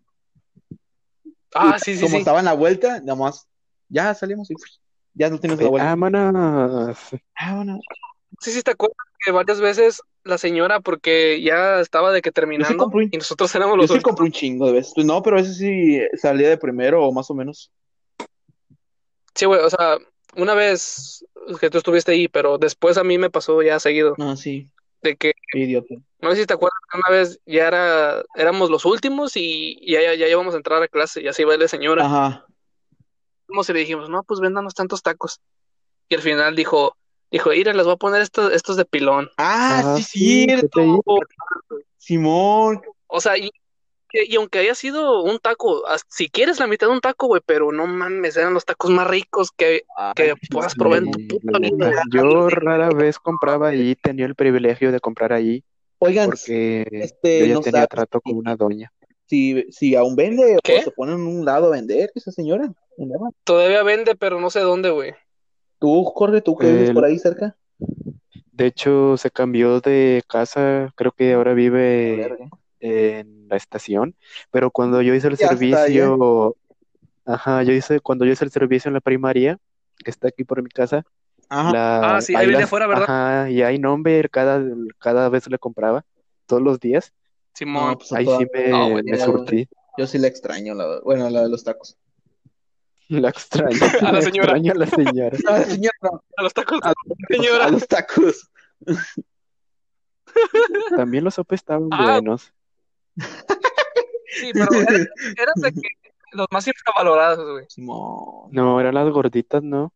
Ah, sí, sí, Como sí. estaba en la vuelta, nada más, ya salimos y ya no tienes la Eh, vuelta. vámonos. Ah, bueno. Sí, sí, te acuerdas que varias veces la señora, porque ya estaba de que Yo sí terminando compré un, y nosotros éramos yo los sí últimos. compré un chingo de veces. No, pero a veces sí salía de primero o más o menos. Sí, güey, o sea, una vez que tú estuviste ahí, pero después a mí me pasó ya seguido, No, sí, de que, idiota. no sé si te acuerdas que una vez ya era, éramos los últimos y y ya, ya, ya íbamos a entrar a clase y así va la señora. Ajá. Fuimos Y le dijimos, no, pues véndanos tantos tacos. Y al final dijo, dijo, Ira, les voy a poner estos, estos de pilón. Ah, Ah, sí, sí, ¿qué te dije? cierto. Simón, O sea, y, y aunque haya sido un taco, as- si quieres la mitad de un taco, güey, pero no mames, eran los tacos más ricos que, Ah, Ay, que puedas probar en tu Sí, la puta vida, neta. güey. Yo rara vez compraba allí, tenía el privilegio de comprar allí oigan, porque yo este, ya no tenía sabes trato con si, una doña. si, si aún vende o ¿Qué? se pone en un lado a vender esa señora. Andaba. Todavía vende, pero no sé dónde, güey. Tú, Jorge, tú que vives El- por ahí cerca. de hecho, se cambió de casa, creo que ahora A vive ver, ¿eh? en la estación, pero cuando yo hice el Ya ¿eh? está allá. servicio, ajá, yo hice, cuando yo hice el servicio en la primaria, que está aquí por mi casa, Ajá. Ah, la, sí, ahí ahí viene las, afuera, ¿verdad? ajá, y ahí nombre, cada, cada vez le compraba, todos los días, Simón. No, pues a ahí toda sí No, me, güey. me madre, güey. surtí. Yo sí la extraño, la, bueno, la de los tacos. La extraño, A la la señora, extraño a la señora. A la señora, a los tacos de a la los, a señora. los tacos. También los sopes estaban Ah, buenos. sí, pero ¿eh? eran, eran de que los más infravalorados, güey. Simón. No, eran las gorditas, ¿no?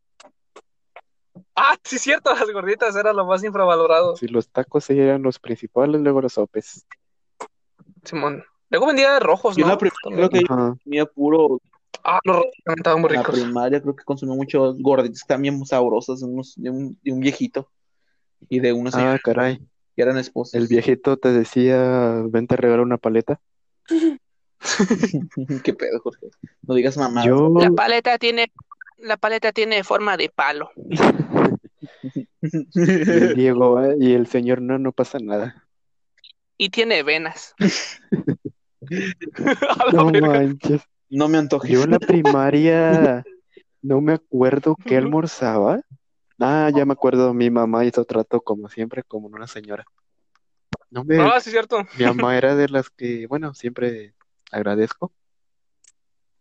Ah, sí, cierto, las gorditas eran lo más infravalorado, Sí, Pues, los tacos sí eran los principales, luego los sopes. Simón. Luego vendía rojos, Yo en la ¿no? primaria creo También. que Ajá. comía puro. Ah, los rojos también estaban muy En la ricos. primaria creo que consumí muchos gorditos también sabrosos de, unos, de, un, de un viejito y de una señora Ah, caray. que eran El esposos. viejito te decía, ven te regalo una paleta. ¿Qué pedo, Jorge? No digas mamadas. Yo, La paleta tiene, la paleta tiene forma de palo. bien Diego, ¿eh? y el señor, no, no pasa nada. y tiene venas. No manches. No me antojé. Yo en la primaria no me acuerdo qué almorzaba. Ah, ya me acuerdo, mi mamá hizo trato como siempre, como una señora. No me, Ah, sí, cierto. mi mamá era de las que, bueno, siempre agradezco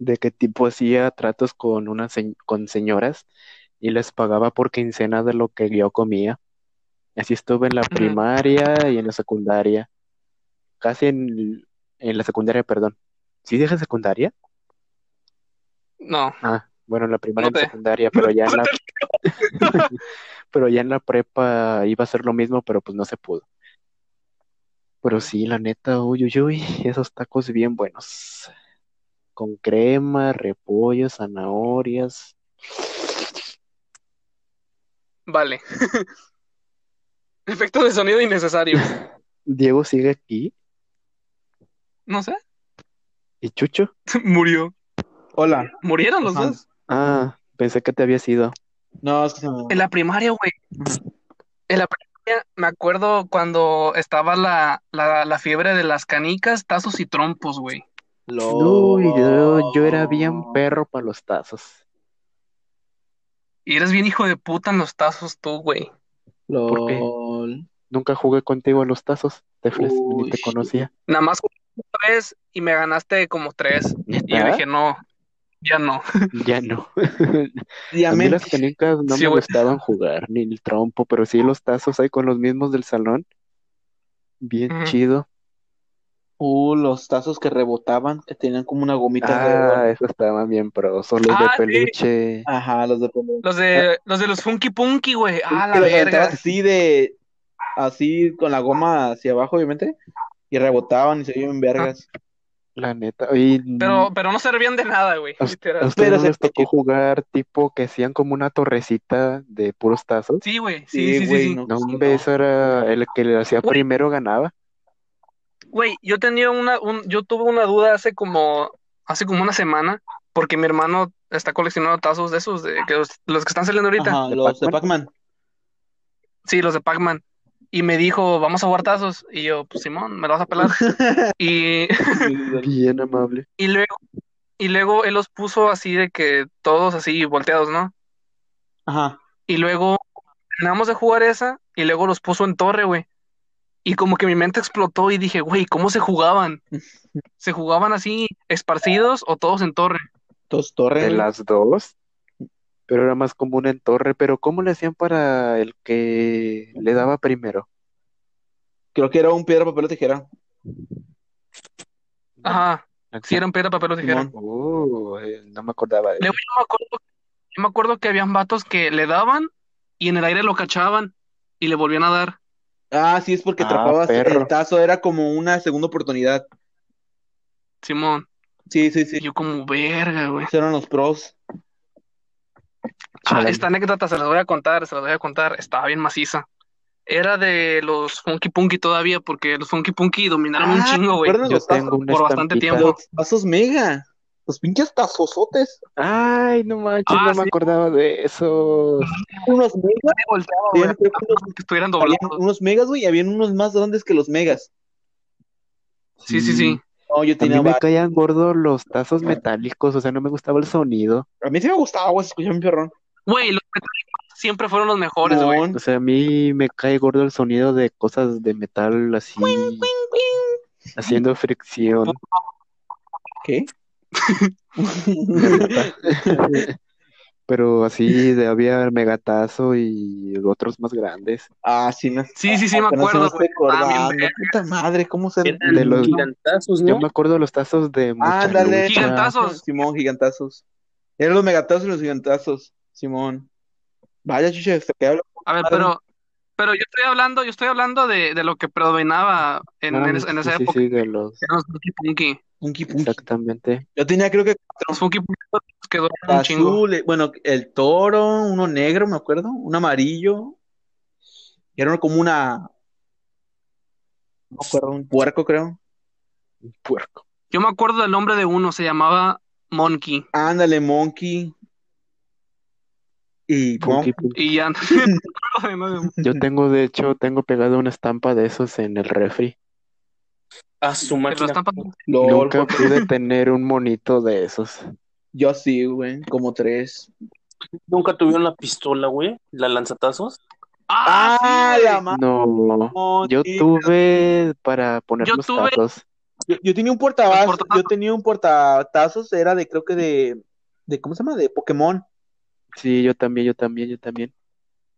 de que tipo hacía tratos con unas se- con señoras y les pagaba por quincena de lo que yo comía. Así estuve en la primaria y en la secundaria. Casi en, en la secundaria, perdón. ¿Sí dije secundaria? No. Ah, bueno, en la primaria No y en la te- secundaria, pero ya en la pero ya en la prepa iba a ser lo mismo, pero pues no se pudo. Pero sí, la neta, uy, uy, uy, esos tacos bien buenos. Con crema, repollo, zanahorias. Vale. Efecto de sonido innecesario. Diego sigue aquí. No sé. ¿Y Chucho? Murió. Hola. Murieron los Ajá. dos. Ah, pensé que te había sido No, es que se me- En la primaria, güey. En la primaria me acuerdo cuando estaba la, la, la fiebre de las canicas, tazos y trompos, güey. Uy, yo, yo era bien perro para los tazos. Y eres bien hijo de puta en los tazos tú, güey. ¿Por qué? LOL. Nunca jugué contigo a los tazos, Tefles, ni Uy. te conocía. Nada más jugué tres y me ganaste como tres. Y yo ¿Ah? dije, no, ya no. Ya no. Y A mí amén. las canicas no Sí, me güey. gustaban jugar, ni el trompo, pero sí los tazos ahí con los mismos del salón. Bien Ujú. chido. Uh, los tazos que rebotaban, que tenían como una gomita Ah, alrededor. esos estaban bien prosos, los de Ah, sí. peluche. Ajá, los de pelo. Los de los, de los Funky Punky, güey. Ah, Que la los aventabas verga. así de. Así con la goma hacia abajo, obviamente. Y rebotaban y se Ah, iban vergas. La neta. Oye, Pero, eh, pero no servían de nada, güey. ¿a us- a Literal. ustedes Pero no se les tocó pegó. jugar tipo que hacían como una torrecita de puros tazos? Sí, güey. Sí, Sí, sí, sí, güey, sí. no. No, sí, hombre, no. eso era el que le hacía Güey. primero ganaba. Güey, yo tenía una, un, yo tuve una duda hace como, hace como una semana, porque mi hermano está coleccionando tazos de esos, de que los, los que están saliendo ahorita. Ajá, ¿De los de Pac-Man? Pac-Man. Sí, los de Pac-Man. Y me dijo, vamos a jugar tazos. Y yo, pues Simón, me lo vas a pelar. Y, Bien amable. y luego, y luego él los puso así de que todos así volteados, ¿no? Ajá. Y luego terminamos de jugar esa y luego los puso en torre, güey. Y como que mi mente explotó y dije, güey, ¿cómo se jugaban? ¿Se jugaban así, esparcidos o todos en torre? Dos torres, De güey. las dos. Pero era más común en torre. Pero ¿cómo le hacían para el que le daba primero? Creo que era un piedra, papel o tijera. Ajá, si Exacto. eran piedra, papel o tijera. Simón. Oh, eh, no me acordaba de Luego eso. yo me acuerdo, yo me acuerdo que habían vatos que le daban y en el aire lo cachaban y le volvían a dar. Ah, sí, es porque Ah, atrapabas el perro. tazo, era como una segunda oportunidad. Simón, Sí, sí, sí. y yo como verga, güey. Esos eran los pros. Ah, Chalán. esta anécdota se las voy a contar, se las voy a contar. Estaba bien maciza. Era de los Funky Punky todavía, porque los Funky Punky dominaron un Ah, chingo, güey, ¿recuerdan Yo los tazos? tengo una por bastante estampita. tiempo. Los tazos mega. Los pinches tazosotes. Ay, no manches, Ah, no me sí, acordaba de esos. Unos megas. nadie volteaba, güey, Habían, creo que unos, que estuvieran habían doblados. unos megas, güey, y habían unos más grandes que los megas. Sí, sí, sí. Sí. No, yo A tenía mí me varios. caían gordos los tazos metálicos, o sea, no me gustaba el sonido. A mí sí me gustaba, güey, se escuchaba mi perrón. Güey, los metálicos siempre fueron los mejores, güey. O Simón. sea, a mí me cae gordo el sonido de cosas de metal así, haciendo fricción. ¿Qué? De rata. Pero así de había megatazo y otros más grandes. Ah, sí, me, Sí, sí, sí, me apenas acuerdo, me estoy güey. Estaban bien acordando. Puta madre, ¿cómo se Eran De los, eliminó? gigantazos, yo ¿no? me acuerdo de los tazos de mucha Ándale. pues, lucha. Gigantazos. Simón, gigantazos. Eran los megatazos y los gigantazos, Simón. Vaya, chucha, hasta que hablo A ver, tarde. pero, pero yo estoy hablando, yo estoy hablando de, de lo que predominaba en, Ah, en, es- en sí, esa sí, época. sí, de los. Eran los Funky Punky. Punky pues, Punky. Exactamente. Yo tenía creo que Los cuatro. Funky Punky fueron los que duraron un chingo. Azul, eh, bueno, el toro, uno negro, me acuerdo, un amarillo, y era uno como una, no me acuerdo, un puerco, creo. Un puerco. Yo me acuerdo del nombre de uno, se llamaba Monkey. Ándale, monkey y Punky, monkey. punky. Y ya no me acuerdo de nuevo. Yo tengo, de hecho, tengo pegado una estampa de esos en el refri. A su Pero máquina. están pasando. LOL, Nunca güey. pude tener un monito de esos. Yo sí, güey, como tres. Nunca tuvieron la pistola, güey. La lanzatazos. ¡Ah, sí, la güey! madre! No, yo tuve para poner Yo los tuve- tazos. Yo, yo tenía un portavasos, Los portatazos. yo tenía un portatazos, era de, creo que de, de, ¿cómo se llama? De Pokémon. Sí, yo también, yo también, yo también.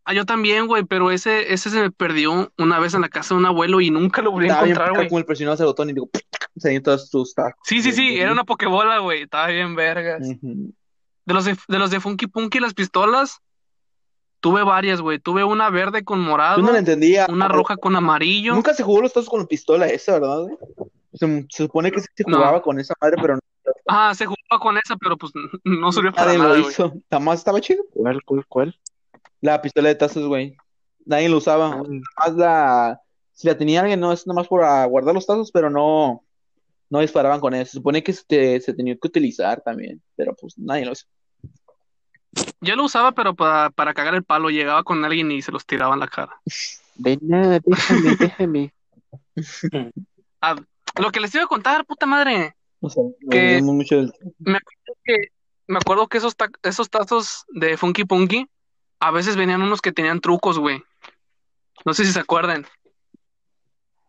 Ah, yo también, güey, pero ese, ese se me perdió una vez en la casa de un abuelo y nunca lo volví a Estaba bien encontrar, verga güey. como el presionabas el botón y digo, salían todas sus tacos. Sí, sí, sí, era una pokebola, güey. Estaba bien vergas. Ujú. De los de, de los de Funky Punky, las pistolas, tuve varias, güey. Tuve una verde con morado, Yo no la entendía. una roja con amarillo. Nunca se jugó los tazos con la pistola esa, ¿verdad, güey? Se, se supone que sí se No. jugaba con esa madre, pero no, Ah, se jugaba con esa, pero pues no sirvió para nadie nada, lo güey. hizo. Nada más estaba chido. ¿Cuál, cuál, cuál? La pistola de tazos, güey. Nadie lo usaba. Nada más la... Si la tenía alguien, no, es nada más para guardar los tazos, pero no, no disparaban con eso. Se supone que se, te- se tenía que utilizar también, pero pues nadie lo hizo. Yo lo usaba, pero para, para cagar el palo, llegaba con alguien y se los tiraba en la cara. De nada, déjame, déjame. Lo que les iba a contar, puta madre. O sea, nos Que- olvidamos mucho del... Me acuerdo que esos, ta- esos tazos de Funky Punky, a veces venían unos que tenían trucos, güey. No sé si se acuerdan.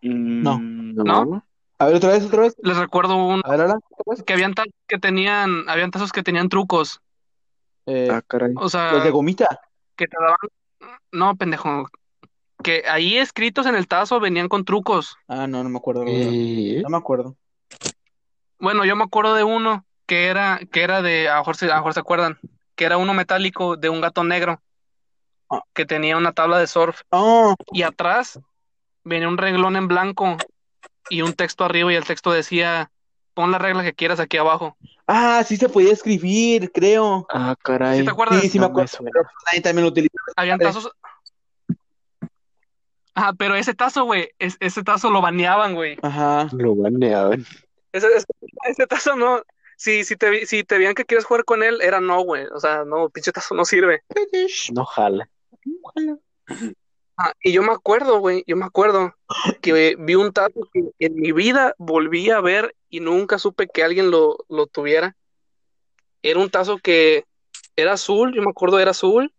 Mm, No, ¿No? A ver, otra vez, otra vez. Les recuerdo un, A ver, Alan, otra vez. que habían tazos que tenían, habían tazos que tenían trucos. Eh, Ah, caray. O sea, los de gomita. que te daban. No, pendejo. Que ahí escritos en el tazo venían con trucos. Ah, no, no me acuerdo. la verdad. Eh, No me acuerdo. Bueno, yo me acuerdo de uno que era, que era de, a lo mejor, se- a lo mejor se acuerdan, que era uno metálico de un gato negro Ah. que tenía una tabla de surf Oh, y atrás venía un renglón en blanco y un texto arriba y el texto decía, pon la regla que quieras aquí abajo. ah, sí se podía escribir, creo. Ah, ¿Sí caray. te acuerdas? Sí, sí me No me acuerdo. suena. Pero pues, nadie también lo utiliza. Habían padre. tazos... Ah, pero ese tazo, güey, es- ese tazo lo baneaban, güey. Ajá. Lo baneaban. Ese, ese- ese tazo no. Si, si, te, vi- si te veían que quieres jugar con él, era no, güey. O sea, no, pinche tazo no sirve. No jala. Ah, y yo me acuerdo, güey, yo me acuerdo que vi un tazo que en mi vida volví a ver y nunca supe que alguien lo, lo tuviera. Era un tazo que era azul, yo me acuerdo era azul,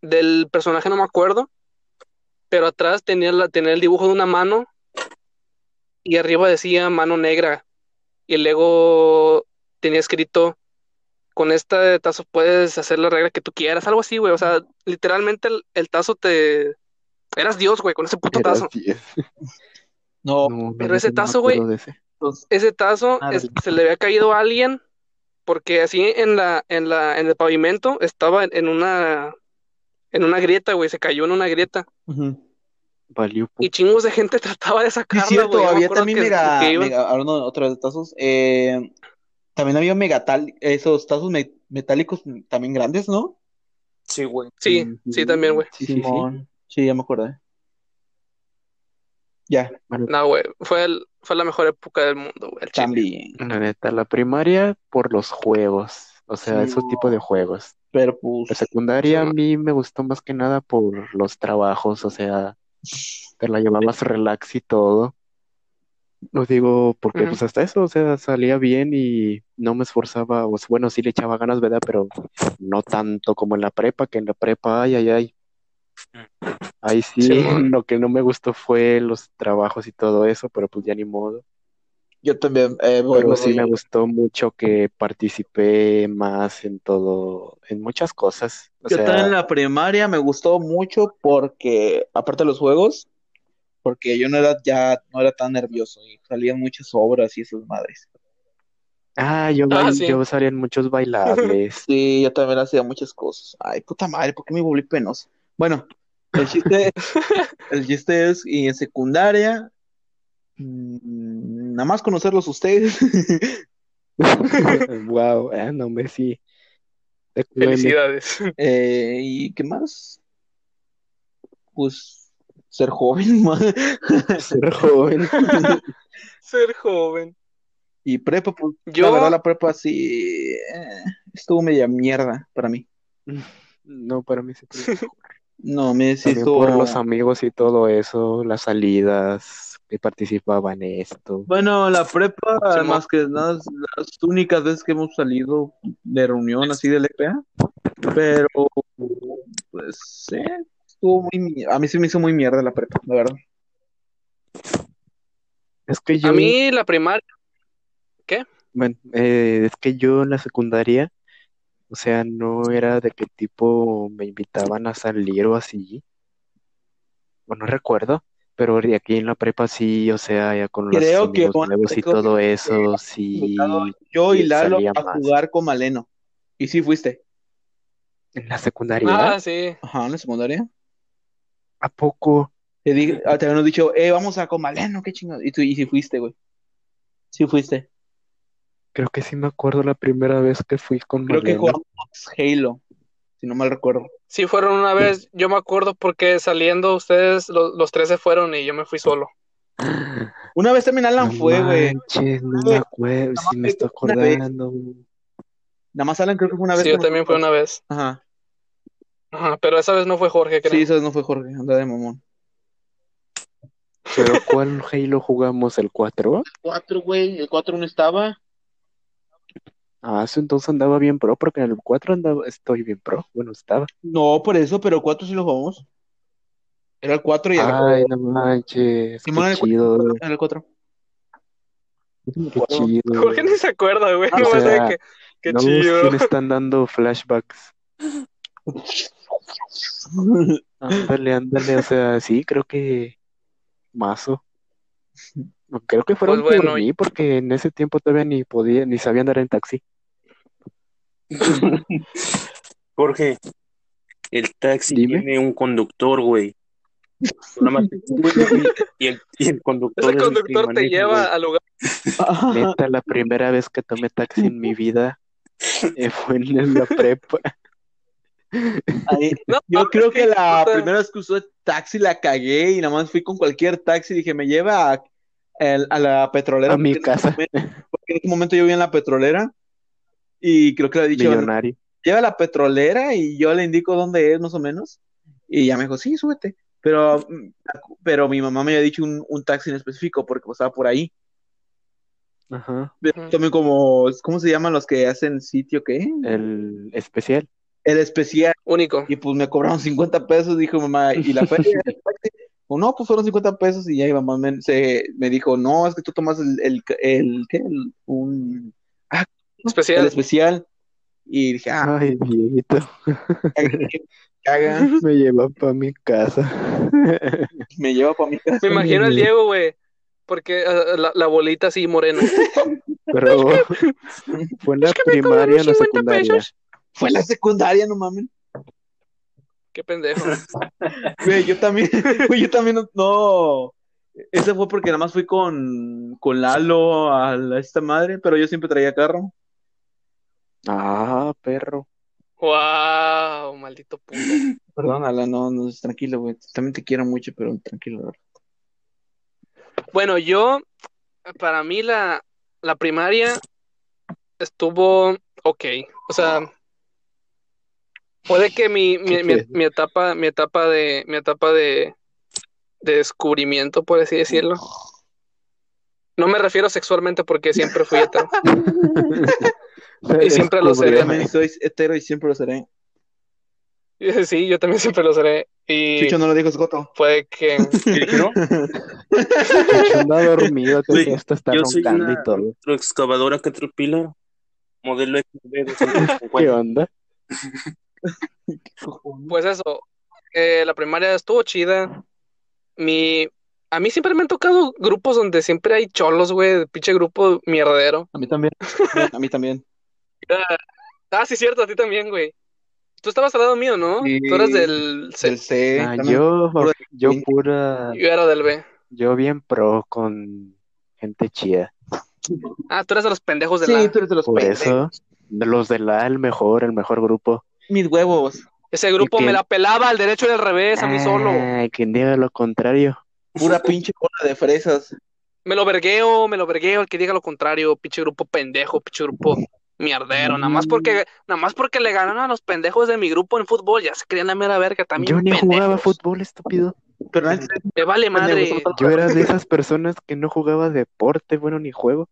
del personaje no me acuerdo, pero atrás tenía, la, tenía el dibujo de una mano y arriba decía mano negra y luego tenía escrito, con este tazo puedes hacer la regla que tú quieras, algo así, güey, o sea, literalmente el, el tazo te... Eras Dios, güey, con ese puto Eras tazo. 10. No, No, Pero neta, ese no me tazo, güey, acuerdo de ese. pues, ese tazo Ah, es- del- se le había caído a alguien porque así en la en la en el pavimento estaba en, en una en una grieta, güey, se cayó en una grieta ujú. Valió y pu- chingos de gente trataba de Sí, sacarla, es güey. cierto, Yo me había acuerdo también que, mega, que iban- mega- hablando otra vez de tazos, eh, también había megatal, esos tazos me- metálicos también grandes, ¿no? Sí, güey. Sí, mm, sí también, güey. Sí, sí, sí. Simón, sí, ya me acordé. Ya, No, güey, fue el- fue la mejor época del mundo, güey, el chile. también, La neta, la primaria por los juegos. O sea, Sí. esos tipos de juegos. pero pues, La secundaria a Sí, mí me gustó más que nada por los trabajos, o sea, te la llevabas relax y todo. Lo digo porque Ujú. pues hasta eso, o sea, salía bien y no me esforzaba, o sea, bueno, sí le echaba ganas, ¿verdad? Pero no tanto como en la prepa, que en la prepa, ay, ay, ay. Ahí sí, Simón. lo que no me gustó fue los trabajos y todo eso, pero pues ya ni modo. yo también, eh, voy, Pero voy, sí me voy. gustó mucho que participé más en todo, en muchas cosas. O Yo también en sea, la primaria me gustó mucho porque, aparte de los juegos, porque yo no era ya, no era tan nervioso y salían muchas obras y esas madres. ah, yo, Ah, bail- sí. yo salía en muchos bailables. Sí, yo también hacía muchas cosas. Ay, puta madre, ¿por qué me volví penoso? Bueno, el chiste, el chiste es, y en secundaria, mm, nada más conocerlos ustedes. Wow, ah, no me sí. Te cuento, Felicidades. Eh, ¿y qué más? Pues ser joven, ma. ser joven. Ser joven. Y prepa, pues, la Yo- verdad, la prepa sí eh, estuvo media mierda para mí. No, para mí sí. tuvo- No, me sí También por los estuvo. amigos y todo eso, las salidas, que participaba en esto. Bueno, en la prepa, Simón. más que nada, es las únicas veces que hemos salido de reunión así del EPA, pero pues eh, estuvo muy, mi- a mí se me hizo muy mierda la prepa, la verdad. Es que yo, A mí la primaria, bueno, eh, es que yo en la secundaria, o sea, no era de qué tipo me invitaban a salir o así. Bueno, no recuerdo, pero de aquí en la prepa sí, o sea, ya con los Creo que amigos con- nuevos y todo eso, sí. Yo y Sí, Lalo salía a más. jugar con Maleno. Y sí fuiste. En la secundaria, ah, sí. Ajá, en la secundaria. ¿a poco? Te, di- ah, te habíamos dicho, eh, vamos a con Maleno, qué chingado. Y tú, y sí fuiste, güey. Sí fuiste. Creo que sí me acuerdo la primera vez que fui con Creo que Malena. jugamos Halo, si no mal recuerdo. Sí, fueron una vez. Yo me acuerdo porque saliendo ustedes, lo- los tres se fueron y yo me fui solo. Una vez también Alan No fue, güey. manches, no Fue. me acuerdo, Nada más sí me estoy fue una vez. acordando. Nada más Alan creo que fue una vez Sí, con yo también fui nosotros. una vez. Ajá. Ajá, pero esa vez no fue Jorge, creo. Sí, eso no fue Jorge, anda de mamón. Pero ¿cuál Halo jugamos? ¿El 4? Cuatro, güey. El cuatro no estaba. Ah, eso entonces andaba bien pro, porque en el 4 andaba, estoy bien pro, bueno, estaba. No, por eso, pero cuatro sí lo jugamos. Era el cuatro y ahora Ay, no manches, Simón, Ah, qué el chido, era el cuatro. qué chido. Jorge ni se acuerda, güey. O No más sea, de que. Qué no, chido. sí me están dando flashbacks. Ándale, ándale, o sea, sí, creo que mazo. Creo que fueron Pues bueno, por mí, porque en ese tiempo todavía ni podía, ni sabía andar en taxi. Jorge, el taxi Dime. tiene un conductor, güey. Nada más te subes, güey, y el, y el conductor Ese es el que conductor te maneja, lleva güey. al lugar. Neta, la primera vez que tomé taxi en mi vida eh, fue en la prepa. Ahí- No, Yo creo que la puta. primera vez que usé taxi la cagué y nada más fui con cualquier taxi y dije, me lleva a, el- a la petrolera. A mi porque en ese casa. momento- porque en ese momento yo vivía en la petrolera y creo que le he dicho, Millonario. lleva a la petrolera y yo le indico dónde es más o menos. Y ya me dijo, sí, súbete. Pero, mm, pero mi mamá me había dicho un, un taxi en específico porque pasaba por ahí. Ajá. Ujú. También como, ¿cómo se llaman los que hacen sitio qué? El especial. El especial. Único. Y pues me cobraron 50 pesos, dijo mamá, y la feria del taxi. O no, pues fueron 50 pesos y ya mi mamá me, se, me dijo, no, es que tú tomas el, el, el- ¿qué? El- un, ah, ¿no? Especial. El especial. Y dije, ah, Ay, viejito. qué caga, Me lleva para mi casa. me lleva para mi casa. Me imagino al Diego, güey. Porque ah, la, la bolita así morena. Pero fue en la primaria, en la secundaria. Fue la secundaria, no mames. Qué pendejo. Güey, yo también, güey, yo también no, no. Ese fue porque nada más fui con, con Lalo a la- esta madre, pero yo siempre traía carro. Ah, perro. wow, maldito puto. Perdón, Lalo, no, no, tranquilo, güey. También te quiero mucho, pero tranquilo. Lalo. Bueno, yo, para mí la, la primaria estuvo ok. O sea, puede que mi, mi, Qué mi- chido. mi etapa, mi etapa de, mi etapa de, de descubrimiento, por así decirlo. No me refiero sexualmente porque siempre fui hetero. Y siempre lo Yo seré. también soy hetero y siempre lo seré. Sí, yo también siempre lo seré. Y Chucho no lo dijo Escoto. puede que. ¿Qué dijeron? Chucho anda dormido, que Güey, esto está yo soy roncando una y todo. excavadora Caterpillar, modelo XB ¿Qué 250. onda? Pues eso, eh, la primaria estuvo chida. Mi, a mí siempre me han tocado grupos donde siempre hay cholos, güey, de pinche grupo mierdero. A mí también. A mí también. Ah, sí, cierto, a ti también, güey. Tú estabas al lado mío, ¿no? Sí. Tú eras del C, Del C. Ah, también. yo, puro- yo pura, yo era del B. yo bien pro con gente chida. Ah, tú eras de los pendejos del Sí, A. tú eres de los Por pendejos. eso, los de la, el mejor, el mejor grupo. Mis huevos. Ese grupo ¿Y me quién? la pelaba al derecho y al revés, a Ah. mí solo. Ay, quien diga lo contrario. Pura pinche cola de fresas. Me lo vergueo, me lo vergueo, el que diga lo contrario, pinche grupo pendejo, pinche grupo mierdero, nada más porque, nada más porque le ganaron a los pendejos de mi grupo en fútbol, ya se creían la mera verga también. Yo ni jugaba pendejos. fútbol, estúpido. Pero antes Me vale madre. Yo era de esas personas que no jugaba deporte, bueno, ni juego.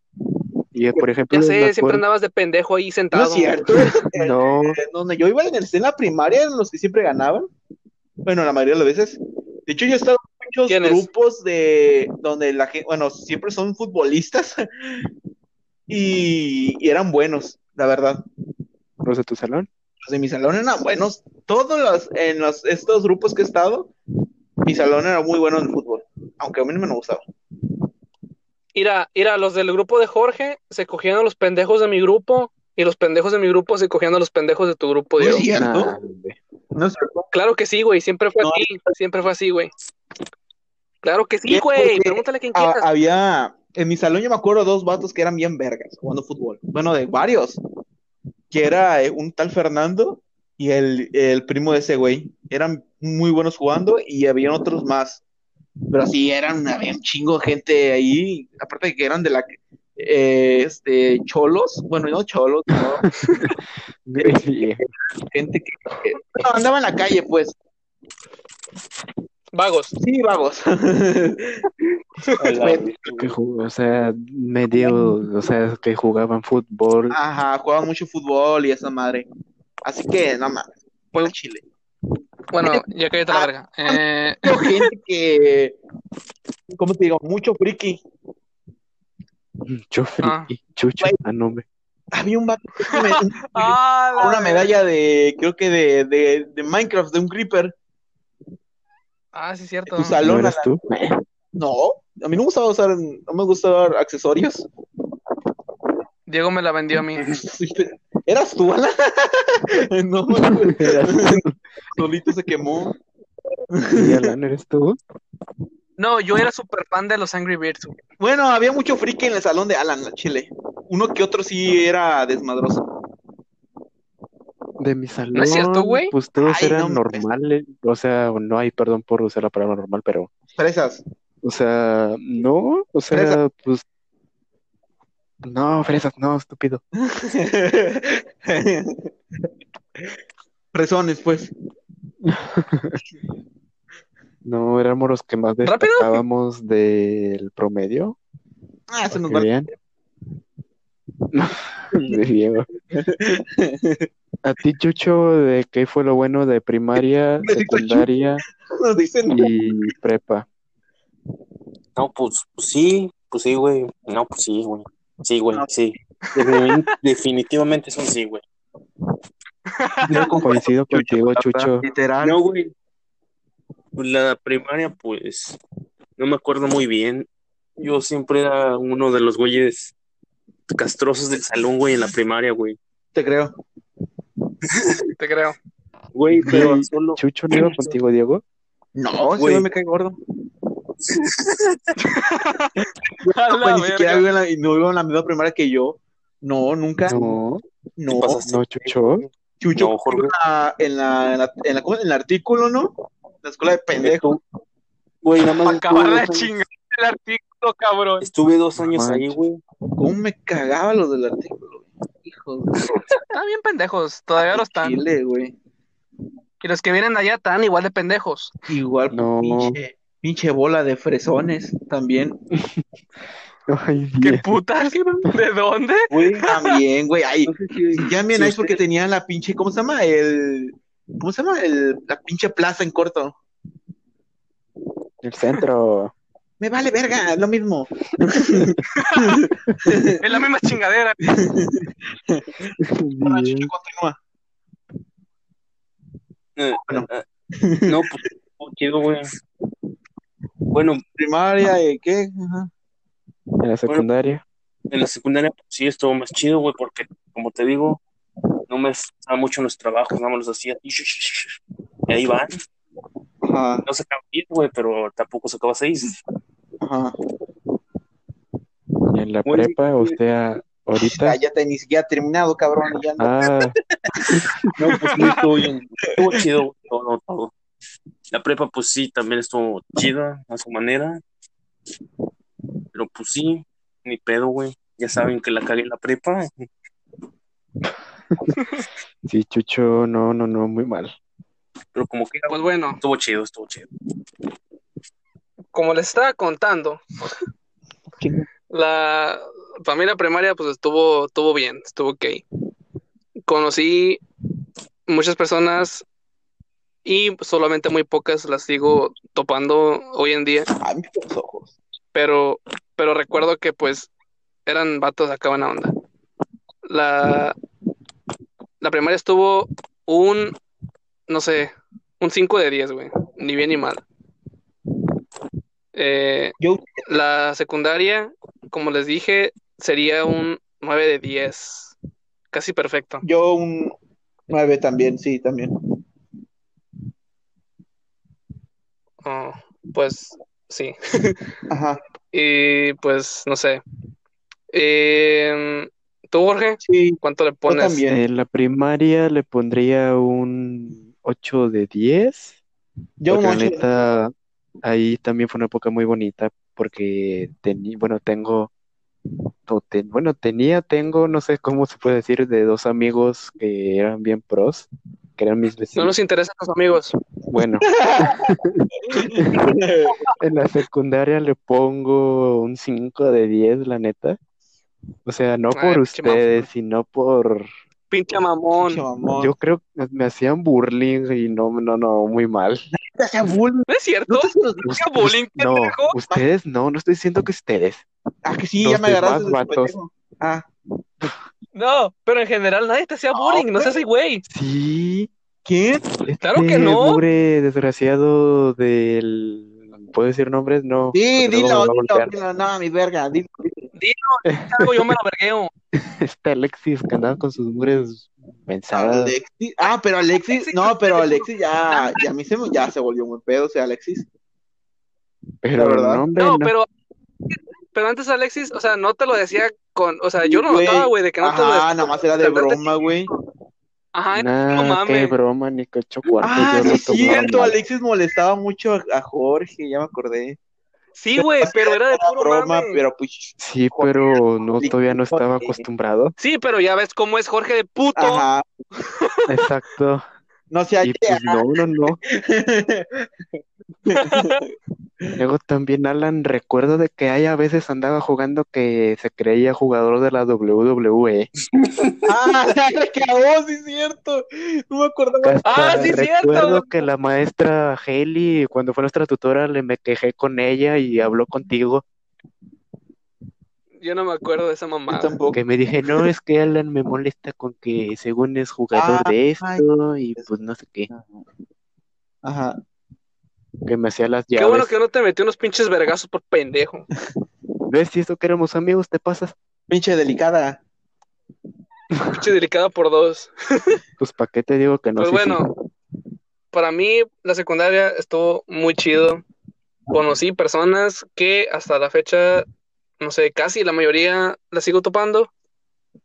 Y eh, por ejemplo, Ya me sé, siempre acuerdo- andabas de pendejo ahí no sentado. es cierto. En no, donde yo iba en, el- en la primaria, eran los que siempre ganaban. Bueno, la mayoría de las veces. De hecho, yo he estado en muchos ¿Quiénes? grupos de donde la gente, bueno, siempre son futbolistas y, y eran buenos, la verdad. los de tu salón. Los de mi salón eran buenos. Todos los, en los, estos grupos que he estado, mi salón era muy bueno en el fútbol, aunque a mí no me gustaba. Mira, mira, los del grupo de Jorge se cogían a los pendejos de mi grupo y los pendejos de mi grupo se cogían a los pendejos de tu grupo, No es Diego. cierto. Nah, hombre. No es cierto. Claro que sí, güey, siempre fue No. así, siempre fue así, güey. Claro que sí, Bien, güey, porque pregúntale a quien Ah, quieras. había, en mi salón yo me acuerdo dos vatos que eran bien vergas jugando fútbol. Bueno, de varios. Que era eh, un tal Fernando y el, el primo de ese güey. Eran muy buenos jugando y habían otros más. Pero así eran, había un chingo de gente ahí. Aparte de que eran de la... eh, este, cholos. Bueno, no cholos, no. Sí, eh, Gente que... que- no, andaba en la calle, pues. Vagos. Sí, vamos. que jug- o sea, medio, o sea, que jugaban fútbol. Ajá, jugaban mucho fútbol y esa madre. Así que, no mames, fue un chile. Bueno, ya cállate la Ah. verga. Eh, Pero gente que, ¿cómo te digo? Mucho friki. Chufri, Ah. Chucho, Güey. ah, no, hombre. Había un vato que me- Ah. una medalla de, creo que de, de, de Minecraft, de un creeper. Ah, sí, es cierto. Tu ¿No salón, eras tú? no. A mí no me gustaba usar, no me gustaba usar accesorios. Diego me la vendió a mí. ¿Eras tú, Alan? No, güey. solito se quemó. Sí, Alan, ¿eres tú? No, yo era súper fan de los Angry Birds. güey. Bueno, había mucho friki en el salón de Alan, la chile. Uno que otro sí era desmadroso. De mi salón. es cierto, güey? Pues todos Ay, eran no, normales. O sea, no hay perdón por usar la palabra normal, pero. Fresas. O sea, no. O sea, Fresa. pues. No, fresas, no, estúpido. Fresones, pues. No, éramos los que más ¿Rápido? destacábamos del promedio. Ah, se nos va. Muy bien. De Diego. A ti, Chucho, ¿de qué fue lo bueno de primaria, Me dijo Chucho. secundaria Nos dicen. y prepa? No, pues, pues sí, pues sí, güey. No, pues sí, güey. Sí, güey, No. sí. Definitivamente, definitivamente es un sí, güey. Yo concuerdo Coincido con contigo, la verdad, Chucho. Literal. No, güey. Pues La primaria, pues, no me acuerdo muy bien. Yo siempre era uno de los güeyes castrosos del salón, güey, en la primaria, güey. Te creo. Te creo. Güey, pero Güey, solo... Chucho no iba contigo, Diego. No, ese Güey. güey me cae gordo. A No, la pues, ni verga. siquiera vivo en la, y no vivo en la misma primaria que yo. No, nunca. No. No, ¿Qué pasaste? no, Chucho. Chucho No, Jorge. en la, en la, en la, en la- ¿cómo? en el artículo, ¿no? La escuela de pendejo. Güey, nada más Para acabar estuve la dos años- chingada el artículo, cabrón. Estuve dos años No ahí, manches. güey. ¿Cómo me cagaba los del artículo? Hijo de Están bien pendejos, todavía lo están. Chile, güey. Y los que vienen de allá están igual de pendejos. Igual, No. pinche, pinche bola de fresones también. Ay, ¿Qué bien. putas? ¿De dónde? Güey, También, güey. Ay, no sé si- ya bien Sí, ahí porque tenían la pinche, ¿cómo se llama? El, ¿cómo se llama? El, la pinche plaza en corto. El centro. Me vale verga, es lo mismo. Es la misma chingadera. Ahora, Bien. Chucho, continúa. eh, Bueno. eh, no, pues, estuvo chido, güey. Bueno, Primaria, ¿eh? ¿qué? Ajá. En la secundaria. en la secundaria pues, sí estuvo más chido, güey, porque, como te digo, no me estaba mucho en los trabajos, nada más los hacía. Y ahí van. Ajá, No sacaba 10, güey, pero tampoco sacaba 6. ajá. Y en la Güey, prepa, güey. usted a- ahorita. Ya te ni siquiera terminado, cabrón. Ya no. Ah, No, pues sí, estuvo bien. Estuvo chido, güey, todo, todo. La prepa, pues sí, también estuvo chida a su manera. Pero pues sí, ni pedo, güey. Ya saben que la cagué en la prepa. sí, Chucho, no, no, no, muy mal. Pero como que Pues bueno, estuvo chido, estuvo chido. como les estaba contando, la familia primaria pues estuvo, estuvo bien, estuvo ok. Conocí muchas personas y solamente muy pocas las sigo topando hoy en día, Ay, mis ojos. pero, pero recuerdo que pues eran vatos acá buena onda. La, la primaria estuvo un, no sé, un 5 de 10, güey, ni bien ni mal. Eh, Yo, la secundaria, como les dije, sería un 9 de 10. Casi perfecto. yo un 9 también, sí, también. Oh, pues sí. Ajá, Y pues no sé. Em, ¿tú, Jorge? sí, ¿Cuánto le yo pones? también. En la primaria le pondría un 8 de 10. Yo un porque la 8. neta, ahí también fue una época muy bonita porque tenía, bueno, tengo, o ten- bueno, tenía, tengo, no sé cómo se puede decir, de dos amigos que eran bien pros, que eran mis No vecinos. nos interesan los amigos. Bueno, en la secundaria le pongo un 5 de 10, la neta. O sea, no Ay, por pinche mamón. ustedes, sino por... Pinche mamón. Yo creo que me hacían burling y no, no, no, muy mal. ¿No es cierto? No te los... ¿No Us- hacía bullying, us- no, pendejo? ustedes no, no estoy diciendo que ustedes. Ah, que sí, Los ya me agarraste de demás vatos. pendejo. Ah, No, pero en general nadie te hacía bullying. No seas güey. Sí, ¿quién? Claro que este no. mugre desgraciado del... ¿Puedo decir nombres? No, Sí, porque dilo, luego me va a dilo, golpear. dilo, no, mi verga, dilo. dilo. Algo yo me la vergueo. Este Alexis que andaba con sus mugres mensadas. Alexis. Ah, pero Alexis, Alexis, no, pero Alexis ya, ya a mí se, me- ya se volvió muy pedo, o sea, Alexis. Pero la verdad. no, hombre, No, no. pero, pero antes Alexis, o sea, no te lo decía con, o sea, yo no Güey, notaba, güey, de que no te lo Ajá, decía. nada más era de Te andaste broma, güey. Ajá, Nah, no qué mames. broma, ni cocho cuarto, Ah, yo sí lo es tomaba cierto, mal. Alexis molestaba mucho a, a Jorge, ya me acordé. Sí, güey, pero era de Era puro broma, mame. pero pues... Sí, pero no, todavía no estaba Jorge. acostumbrado. Sí, pero ya ves cómo es Jorge de puto. Ajá, Exacto. no se Y pues no, no, no. Luego también, Alan, recuerdo de que hay a veces andaba jugando que se creía jugador de la E. WWE. Ah, la cagó, sí es cierto. No me acordaba. Hasta Ah, sí, cierto, recuerdo güey. que la maestra Haley, cuando fue nuestra tutora, le me quejé con ella y habló contigo. Yo no me acuerdo de esa Yo mamada. tampoco. Que me dije, no, es que Alan me molesta con que según es jugador Ah, de ay. esto y pues no sé qué. Ajá. Que me hacía las Qué llaves. bueno que no te metió unos pinches vergazos por pendejo. ¿Ves? Si eso que éramos amigos, te pasas. Pinche delicada. Pinche delicada por dos. Pues ¿para qué te digo que no? Pues Sí, sí. bueno, para mí la secundaria estuvo muy chido. Conocí personas que hasta la fecha, no sé, casi la mayoría las sigo topando.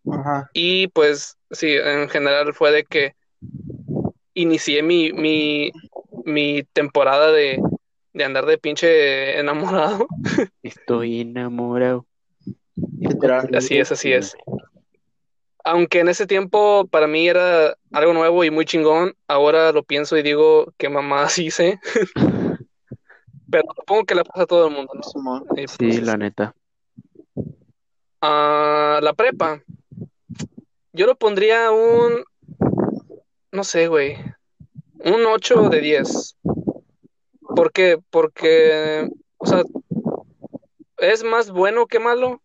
Ajá. Y pues sí, en general fue de que inicié mi, mi, mi temporada de, de andar de pinche enamorado. Estoy enamorado. Literal. Así es, así es. Aunque en ese tiempo para mí era algo nuevo y muy chingón, ahora lo pienso y digo que mamás hice, pero supongo que la pasa a todo el mundo, ¿no? Simón. Y, pues, Sí, es- la neta. Ah, la prepa, yo lo pondría un, no sé, güey, un 8 de 10. ¿Por qué? Porque, o sea, es más bueno que malo,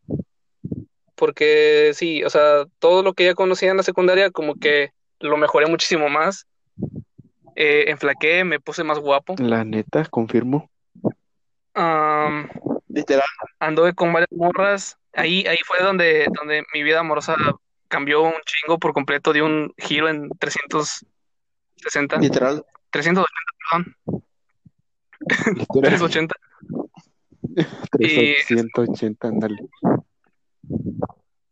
porque sí, o sea, todo lo que ya conocía en la secundaria como que lo mejoré muchísimo más, eh, enflaqué, me puse más guapo. La neta, confirmo. Am, Literal. anduve con varias morras. Ahí, ahí fue donde, donde mi vida amorosa cambió un chingo por completo, dio un giro en 360, Literal. 380, Literal, 380. 380, ándale.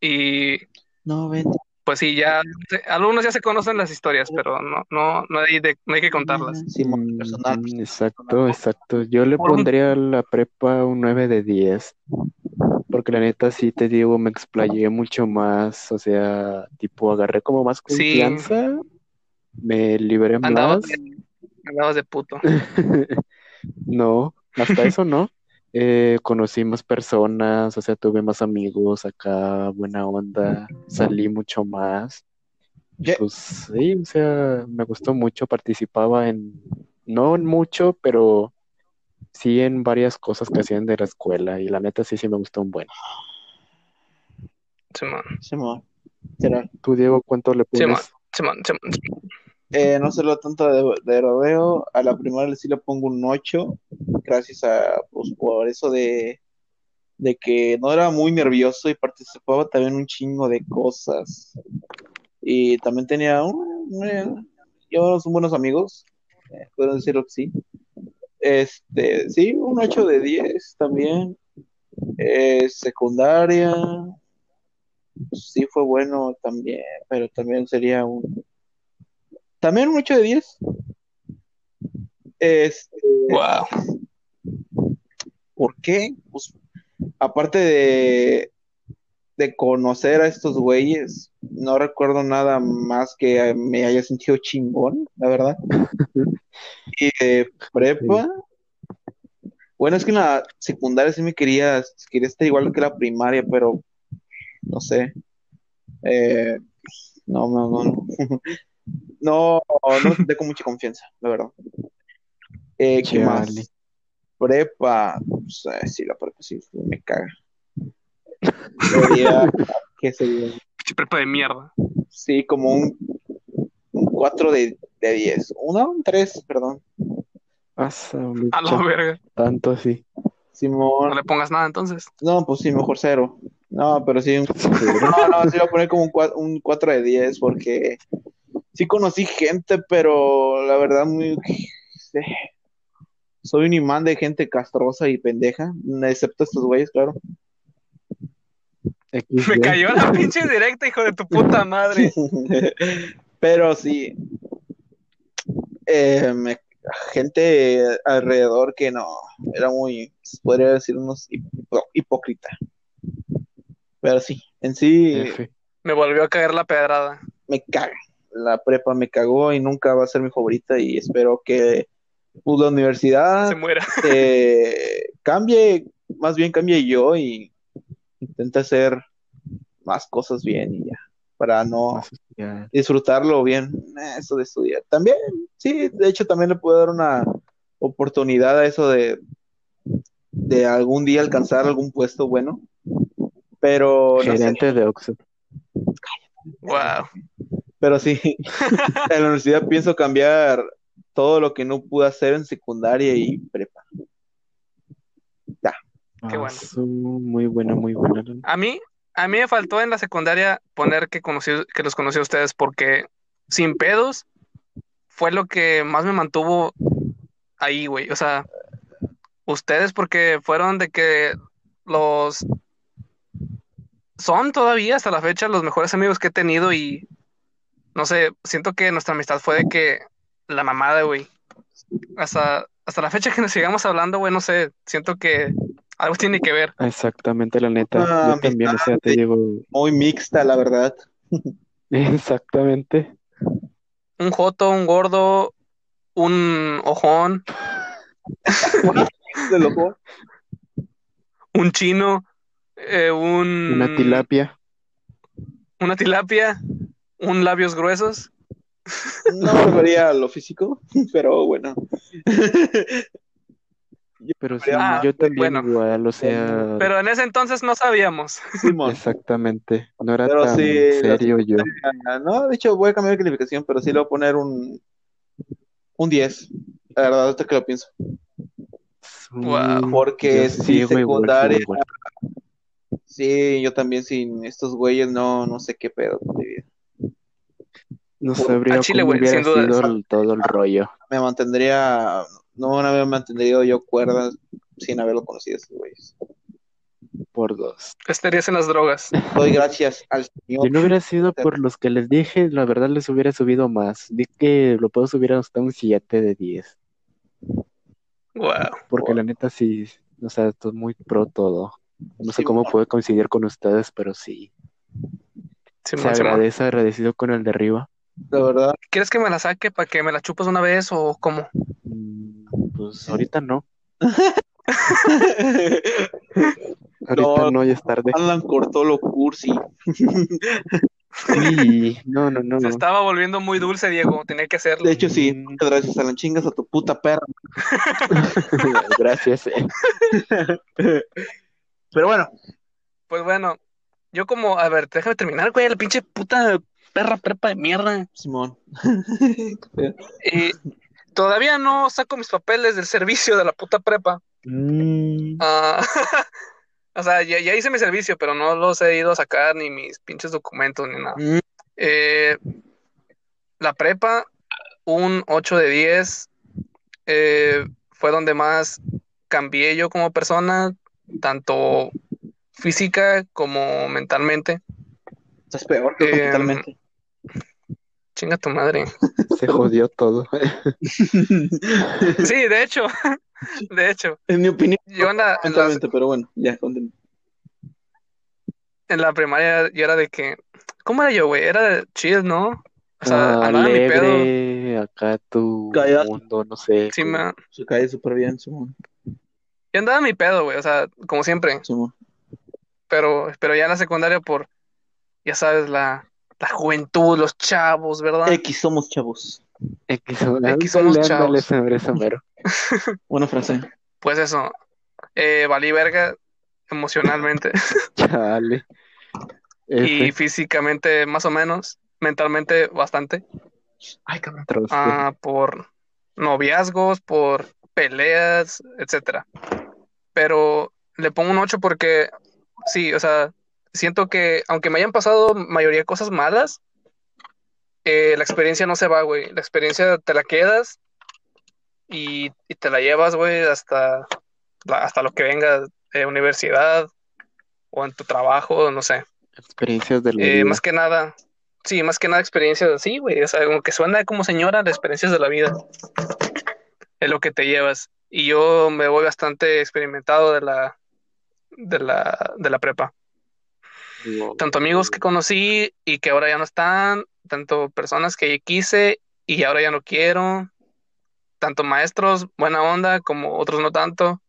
Y 90. pues sí, ya algunos ya se conocen las historias, pero no, no, no hay de- no hay que contarlas. Simón. Personal. Mm, exacto, exacto. Yo le pondría a la prepa un 9 de 10. Porque la neta, sí te digo, me explayé mucho más. O sea, tipo, agarré como más Sí. confianza. Me liberé Andabas más. de, andabas de puto. No, hasta eso no. eh, conocí más personas, o sea, tuve más amigos acá, buena onda, salí mucho más. Y Ya- Pues sí, o sea, me gustó mucho, participaba en, no en mucho, pero sí en varias cosas que hacían de la escuela y la neta sí, sí me gustó un buen. Simón, Simón. Será. ¿Tú, Diego, cuánto le Simón, pones? Simón, Simón. Eh, no se lo tanto de, de rodeo. A la primera sí le pongo un 8, gracias a, pues, por eso de, de que no era muy nervioso y participaba también un chingo de cosas. Y también tenía un, un- llevábamos unos buenos amigos, eh, puedo decirlo que sí. Este, sí, un 8 de 10 también. Eh, secundaria, pues, sí fue bueno también, pero también sería un también un 8 de 10. Este, Wow. ¿Por qué? Pues, aparte de, de conocer a estos güeyes, no recuerdo nada más que me haya sentido chingón, la verdad. Y de prepa. Bueno, es que en la secundaria sí me quería, quería estar igual que la primaria, pero no sé. Eh, no, no, no, no. No, no senté con mucha confianza, la verdad. Eh, ¿qué más? Chale. Prepa, pues, eh, sí, la prepa sí me caga. Sería, ¿qué sería? Pinche prepa de mierda. Sí, como un, un 4 de, de 10. Uno, un 3, perdón. Asa, A la mucho, verga. tanto así. No Simón, le pongas nada entonces. no, pues sí, mejor cero. No, pero sí, un- no, no, sí voy a poner como un 4, un 4 de 10 porque sí conocí gente, pero la verdad muy... este, Soy un imán de gente castrosa y pendeja, excepto estos güeyes, claro. Me XD. cayó la pinche directa, hijo de tu puta madre. Pero sí, eh, me- gente alrededor que no, era muy, podría decir, unos hipo- hipócrita. Pero sí, en sí F. Me volvió a caer la pedrada. me caga. La prepa me cagó y nunca va a ser mi favorita y espero que pues, la universidad Se muera. eh, cambie, más bien cambie yo y intente hacer más cosas bien y ya, para no... Más social. disfrutarlo bien, eh, eso de estudiar. También, sí, de hecho también le puedo dar una oportunidad a eso de, de algún día alcanzar algún puesto bueno, pero Oh, no sé, Gerente de Oxxo. Wow. pero sí, en la universidad pienso cambiar todo lo que no pude hacer en secundaria y prepa. Qué bueno. Asu, Ah, muy buena, muy buena. A mí, a mí me faltó en la secundaria poner que conocí, que los conocí a ustedes porque sin pedos fue lo que más me mantuvo ahí, güey. O sea, ustedes porque fueron de que los son todavía hasta la fecha los mejores amigos que he tenido y no sé, siento que nuestra amistad fue de que la mamada, güey. Hasta, hasta la fecha que nos sigamos hablando, güey, no sé, siento que algo tiene que ver. Exactamente, la neta. Ah, Yo también, o sea, te amistad. llevo. Muy mixta, la verdad. Exactamente. un joto, un gordo, un ojón, De loco. un chino, eh, un Una tilapia. una tilapia, un labios gruesos. No volvería a lo físico, pero bueno. Pero sí, Ah, yo también bueno. igual, o sea. Pero en ese entonces no sabíamos. Simón. Exactamente. No era Pero tan sí, la serio yo. Ah, No, de hecho voy a cambiar de calificación, pero sí le voy a poner un, un 10. La verdad, ahorita que lo pienso. Asu, Wow. Porque yo sí, sigo igual, secundaria. sigo igual. Sí, yo también sin estos güeyes no, no sé qué pedo con mi vida. No sabría Chile, cómo güey, hubiera sin duda. sido el- todo el rollo. Me mantendría, no me haber mantenido yo cuerdas sin haberlo conocido a estos güeyes. Por dos. Estarías en las drogas. Doy gracias al Si Señor. no hubiera sido por los que les dije, la verdad les hubiera subido más. Di que lo puedo subir hasta un 7 de 10. Wow. Porque Wow. la neta sí, o sea, esto es muy pro todo. No sé Sí, cómo bueno. pude coincidir con ustedes, pero sí. Se Simón, Simón. agradece, agradecido con el de arriba. La verdad, ¿Quieres que me la saque para que me la chupas una vez o cómo? Mm, Pues ahorita no. Ahorita no, ya es tarde. Alan cortó lo cursi. Sí, no, no, no. Se estaba volviendo muy dulce, Diego. Tenía que hacerlo. De hecho, sí. Muchas gracias, Alan. Chingas a tu puta perra. Gracias. eh. Pero bueno, Pues bueno, yo como, a ver, déjame terminar, güey, la pinche puta perra prepa de mierda. Simón. Eh, todavía no saco mis papeles del servicio de la puta prepa. Mm, Ah, o sea, ya, ya hice mi servicio, pero no los he ido a sacar ni mis pinches documentos ni nada. Mm. Eh, la prepa, un 8 de 10, eh, fue donde más cambié yo como persona, tanto física como mentalmente. Estás peor que Eh, totalmente. Chinga tu madre. se jodió todo. Sí, de hecho, de hecho, en mi opinión, yo en la, en las- totalmente, pero bueno, ya, continúa. en la primaria yo era de que, ¿cómo era yo, güey? Era chill, ¿no? O sea, Ah, andaba en mi pedo. alegre, acá tu Cállate. mundo, no sé. Sí, güey. me- Se cae súper bien, Simón. Yo andaba en mi pedo, güey, o sea, como siempre. Simón. Pero, pero ya en la secundaria por, ya sabes, la, la juventud, los chavos, ¿verdad? X somos chavos. X, ándale, X somos ándale, chavos. sombrero, sombrero. Buena frase. Pues eso, eh, valí verga emocionalmente Chale. Este, y F, físicamente más o menos, mentalmente bastante. Ay, cabrón. troste. ah, por noviazgos, por peleas, etcétera. Pero le pongo un 8 porque sí, o sea, siento que aunque me hayan pasado mayoría de cosas malas, eh, la experiencia no se va, güey. La experiencia te la quedas y, y te la llevas, güey, hasta, la- hasta lo que venga de universidad o en tu trabajo, no sé. Experiencias de la Eh, vida. más que nada, sí, más que nada experiencias así, güey. O sea, como que suena como señora, las experiencias de la vida. Es lo que te llevas. Y yo me voy bastante experimentado de la, de la, de la prepa. Digo, Tanto amigos que conocí y que ahora ya no están, tanto personas que quise y ahora ya no quiero, tanto maestros buena onda como otros no tanto,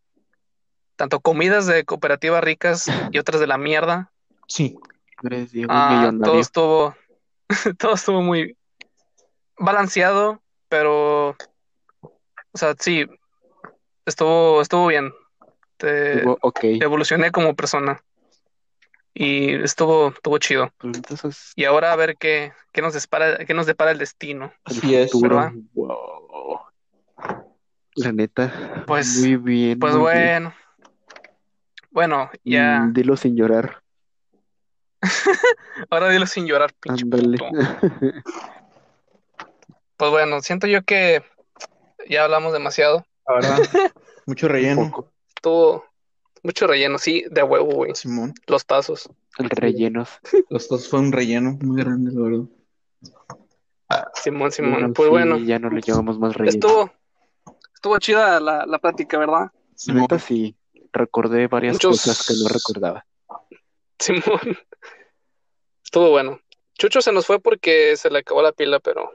tanto comidas de cooperativas ricas y otras de la mierda. Sí. Eres Diego Ah, millonario. todo estuvo, todo estuvo muy balanceado, pero, o sea, sí, estuvo, estuvo bien. Te- Digo, ok. eh, evolucioné como persona y estuvo, estuvo chido. Pues Entonces, Y ahora a ver qué, qué nos depara, qué nos depara el destino. Así es. futuro, ¿verdad? wow. La neta, Pues- muy bien, Pues muy bien. bueno, bueno, ya, Mm, Dilo sin llorar, ahora dilo sin llorar, pinche ándale. puto. Pues bueno, siento yo que ya hablamos demasiado. La verdad. Mucho Un relleno. poco. Estuvo mucho relleno, sí, de huevo, güey. Simón. Los tazos. El rellenos. Los dos fue un relleno muy grande, la verdad. Simón, Simón. Bueno, Pues sí, bueno. ya no le llevamos más relleno. Estuvo, estuvo chida la, la plática, ¿verdad? La Simón. neta sí, recordé varias Muchos- cosas que no recordaba. Simón. Estuvo bueno. Chucho se nos fue porque se le acabó la pila, pero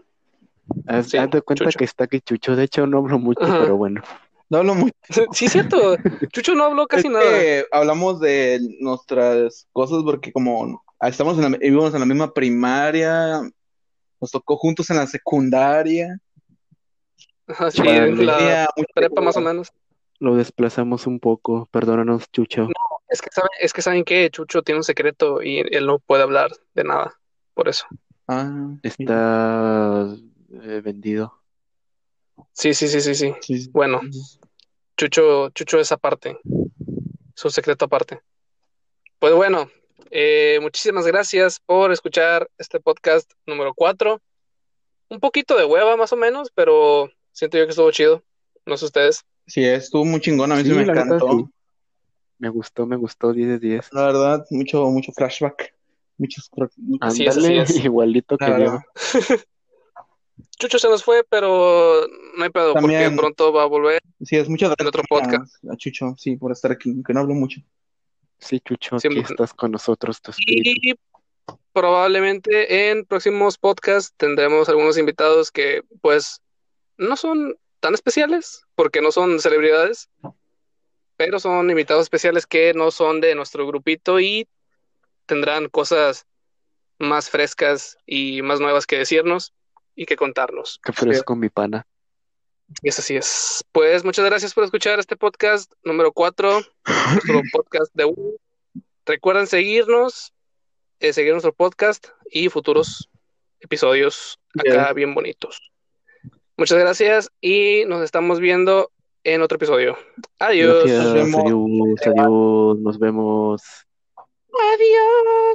Haz, Sí, haz de cuenta Chucho. que está aquí Chucho, de hecho no hablo mucho, Ajá. pero bueno. No hablo mucho. sí es cierto. Chucho no habló casi Es nada. que hablamos de nuestras cosas porque como estamos en la, vivimos en la misma primaria, nos tocó juntos en la secundaria, Ajá, Sí, Vale. en la Tenía mucho- prepa más o menos. Lo desplazamos un poco, perdónanos Chucho. Es que, sabe- es que saben que Chucho tiene un secreto y él no puede hablar de nada. Por eso. Ah, mira. Está eh, vendido. Sí, sí, sí, sí, sí. Sí, sí. Bueno, Chucho, Chucho es aparte. Es un secreto aparte. Pues bueno, eh, muchísimas gracias por escuchar este podcast número 4. Un poquito de hueva más o menos, pero siento yo que estuvo chido. No sé ustedes. Sí, estuvo muy chingón, a mí Sí, se me la neta, encantó. sí. Me gustó, me gustó, 10 de 10. La verdad, mucho, mucho flashback, muchos, cro- Ah, muchos- Así es, así Ándale, es. igualito que la verdad. Diego. Chucho se nos fue, pero no hay pedo, También- porque pronto va a volver. Sí, es muchas En gracias otro a- a Chucho, sí, por estar aquí, aunque no hablo mucho. Sí, Chucho, aquí Siempre- estás con nosotros, tu espíritu. Y probablemente en próximos podcasts tendremos algunos invitados que, pues, no son tan especiales, porque no son celebridades. pero son invitados especiales que no son de nuestro grupito y tendrán cosas más frescas y más nuevas que decirnos y que contarnos. Qué fresco, mi pana. Y eso sí es. Pues muchas gracias por escuchar este podcast número 4, nuestro podcast de U. Recuerden seguirnos, eh, seguir nuestro podcast y futuros episodios acá Yes. bien bonitos. Muchas gracias y nos estamos viendo en otro episodio. Adiós. Gracias, vemos. adiós, adiós, nos vemos. Adiós.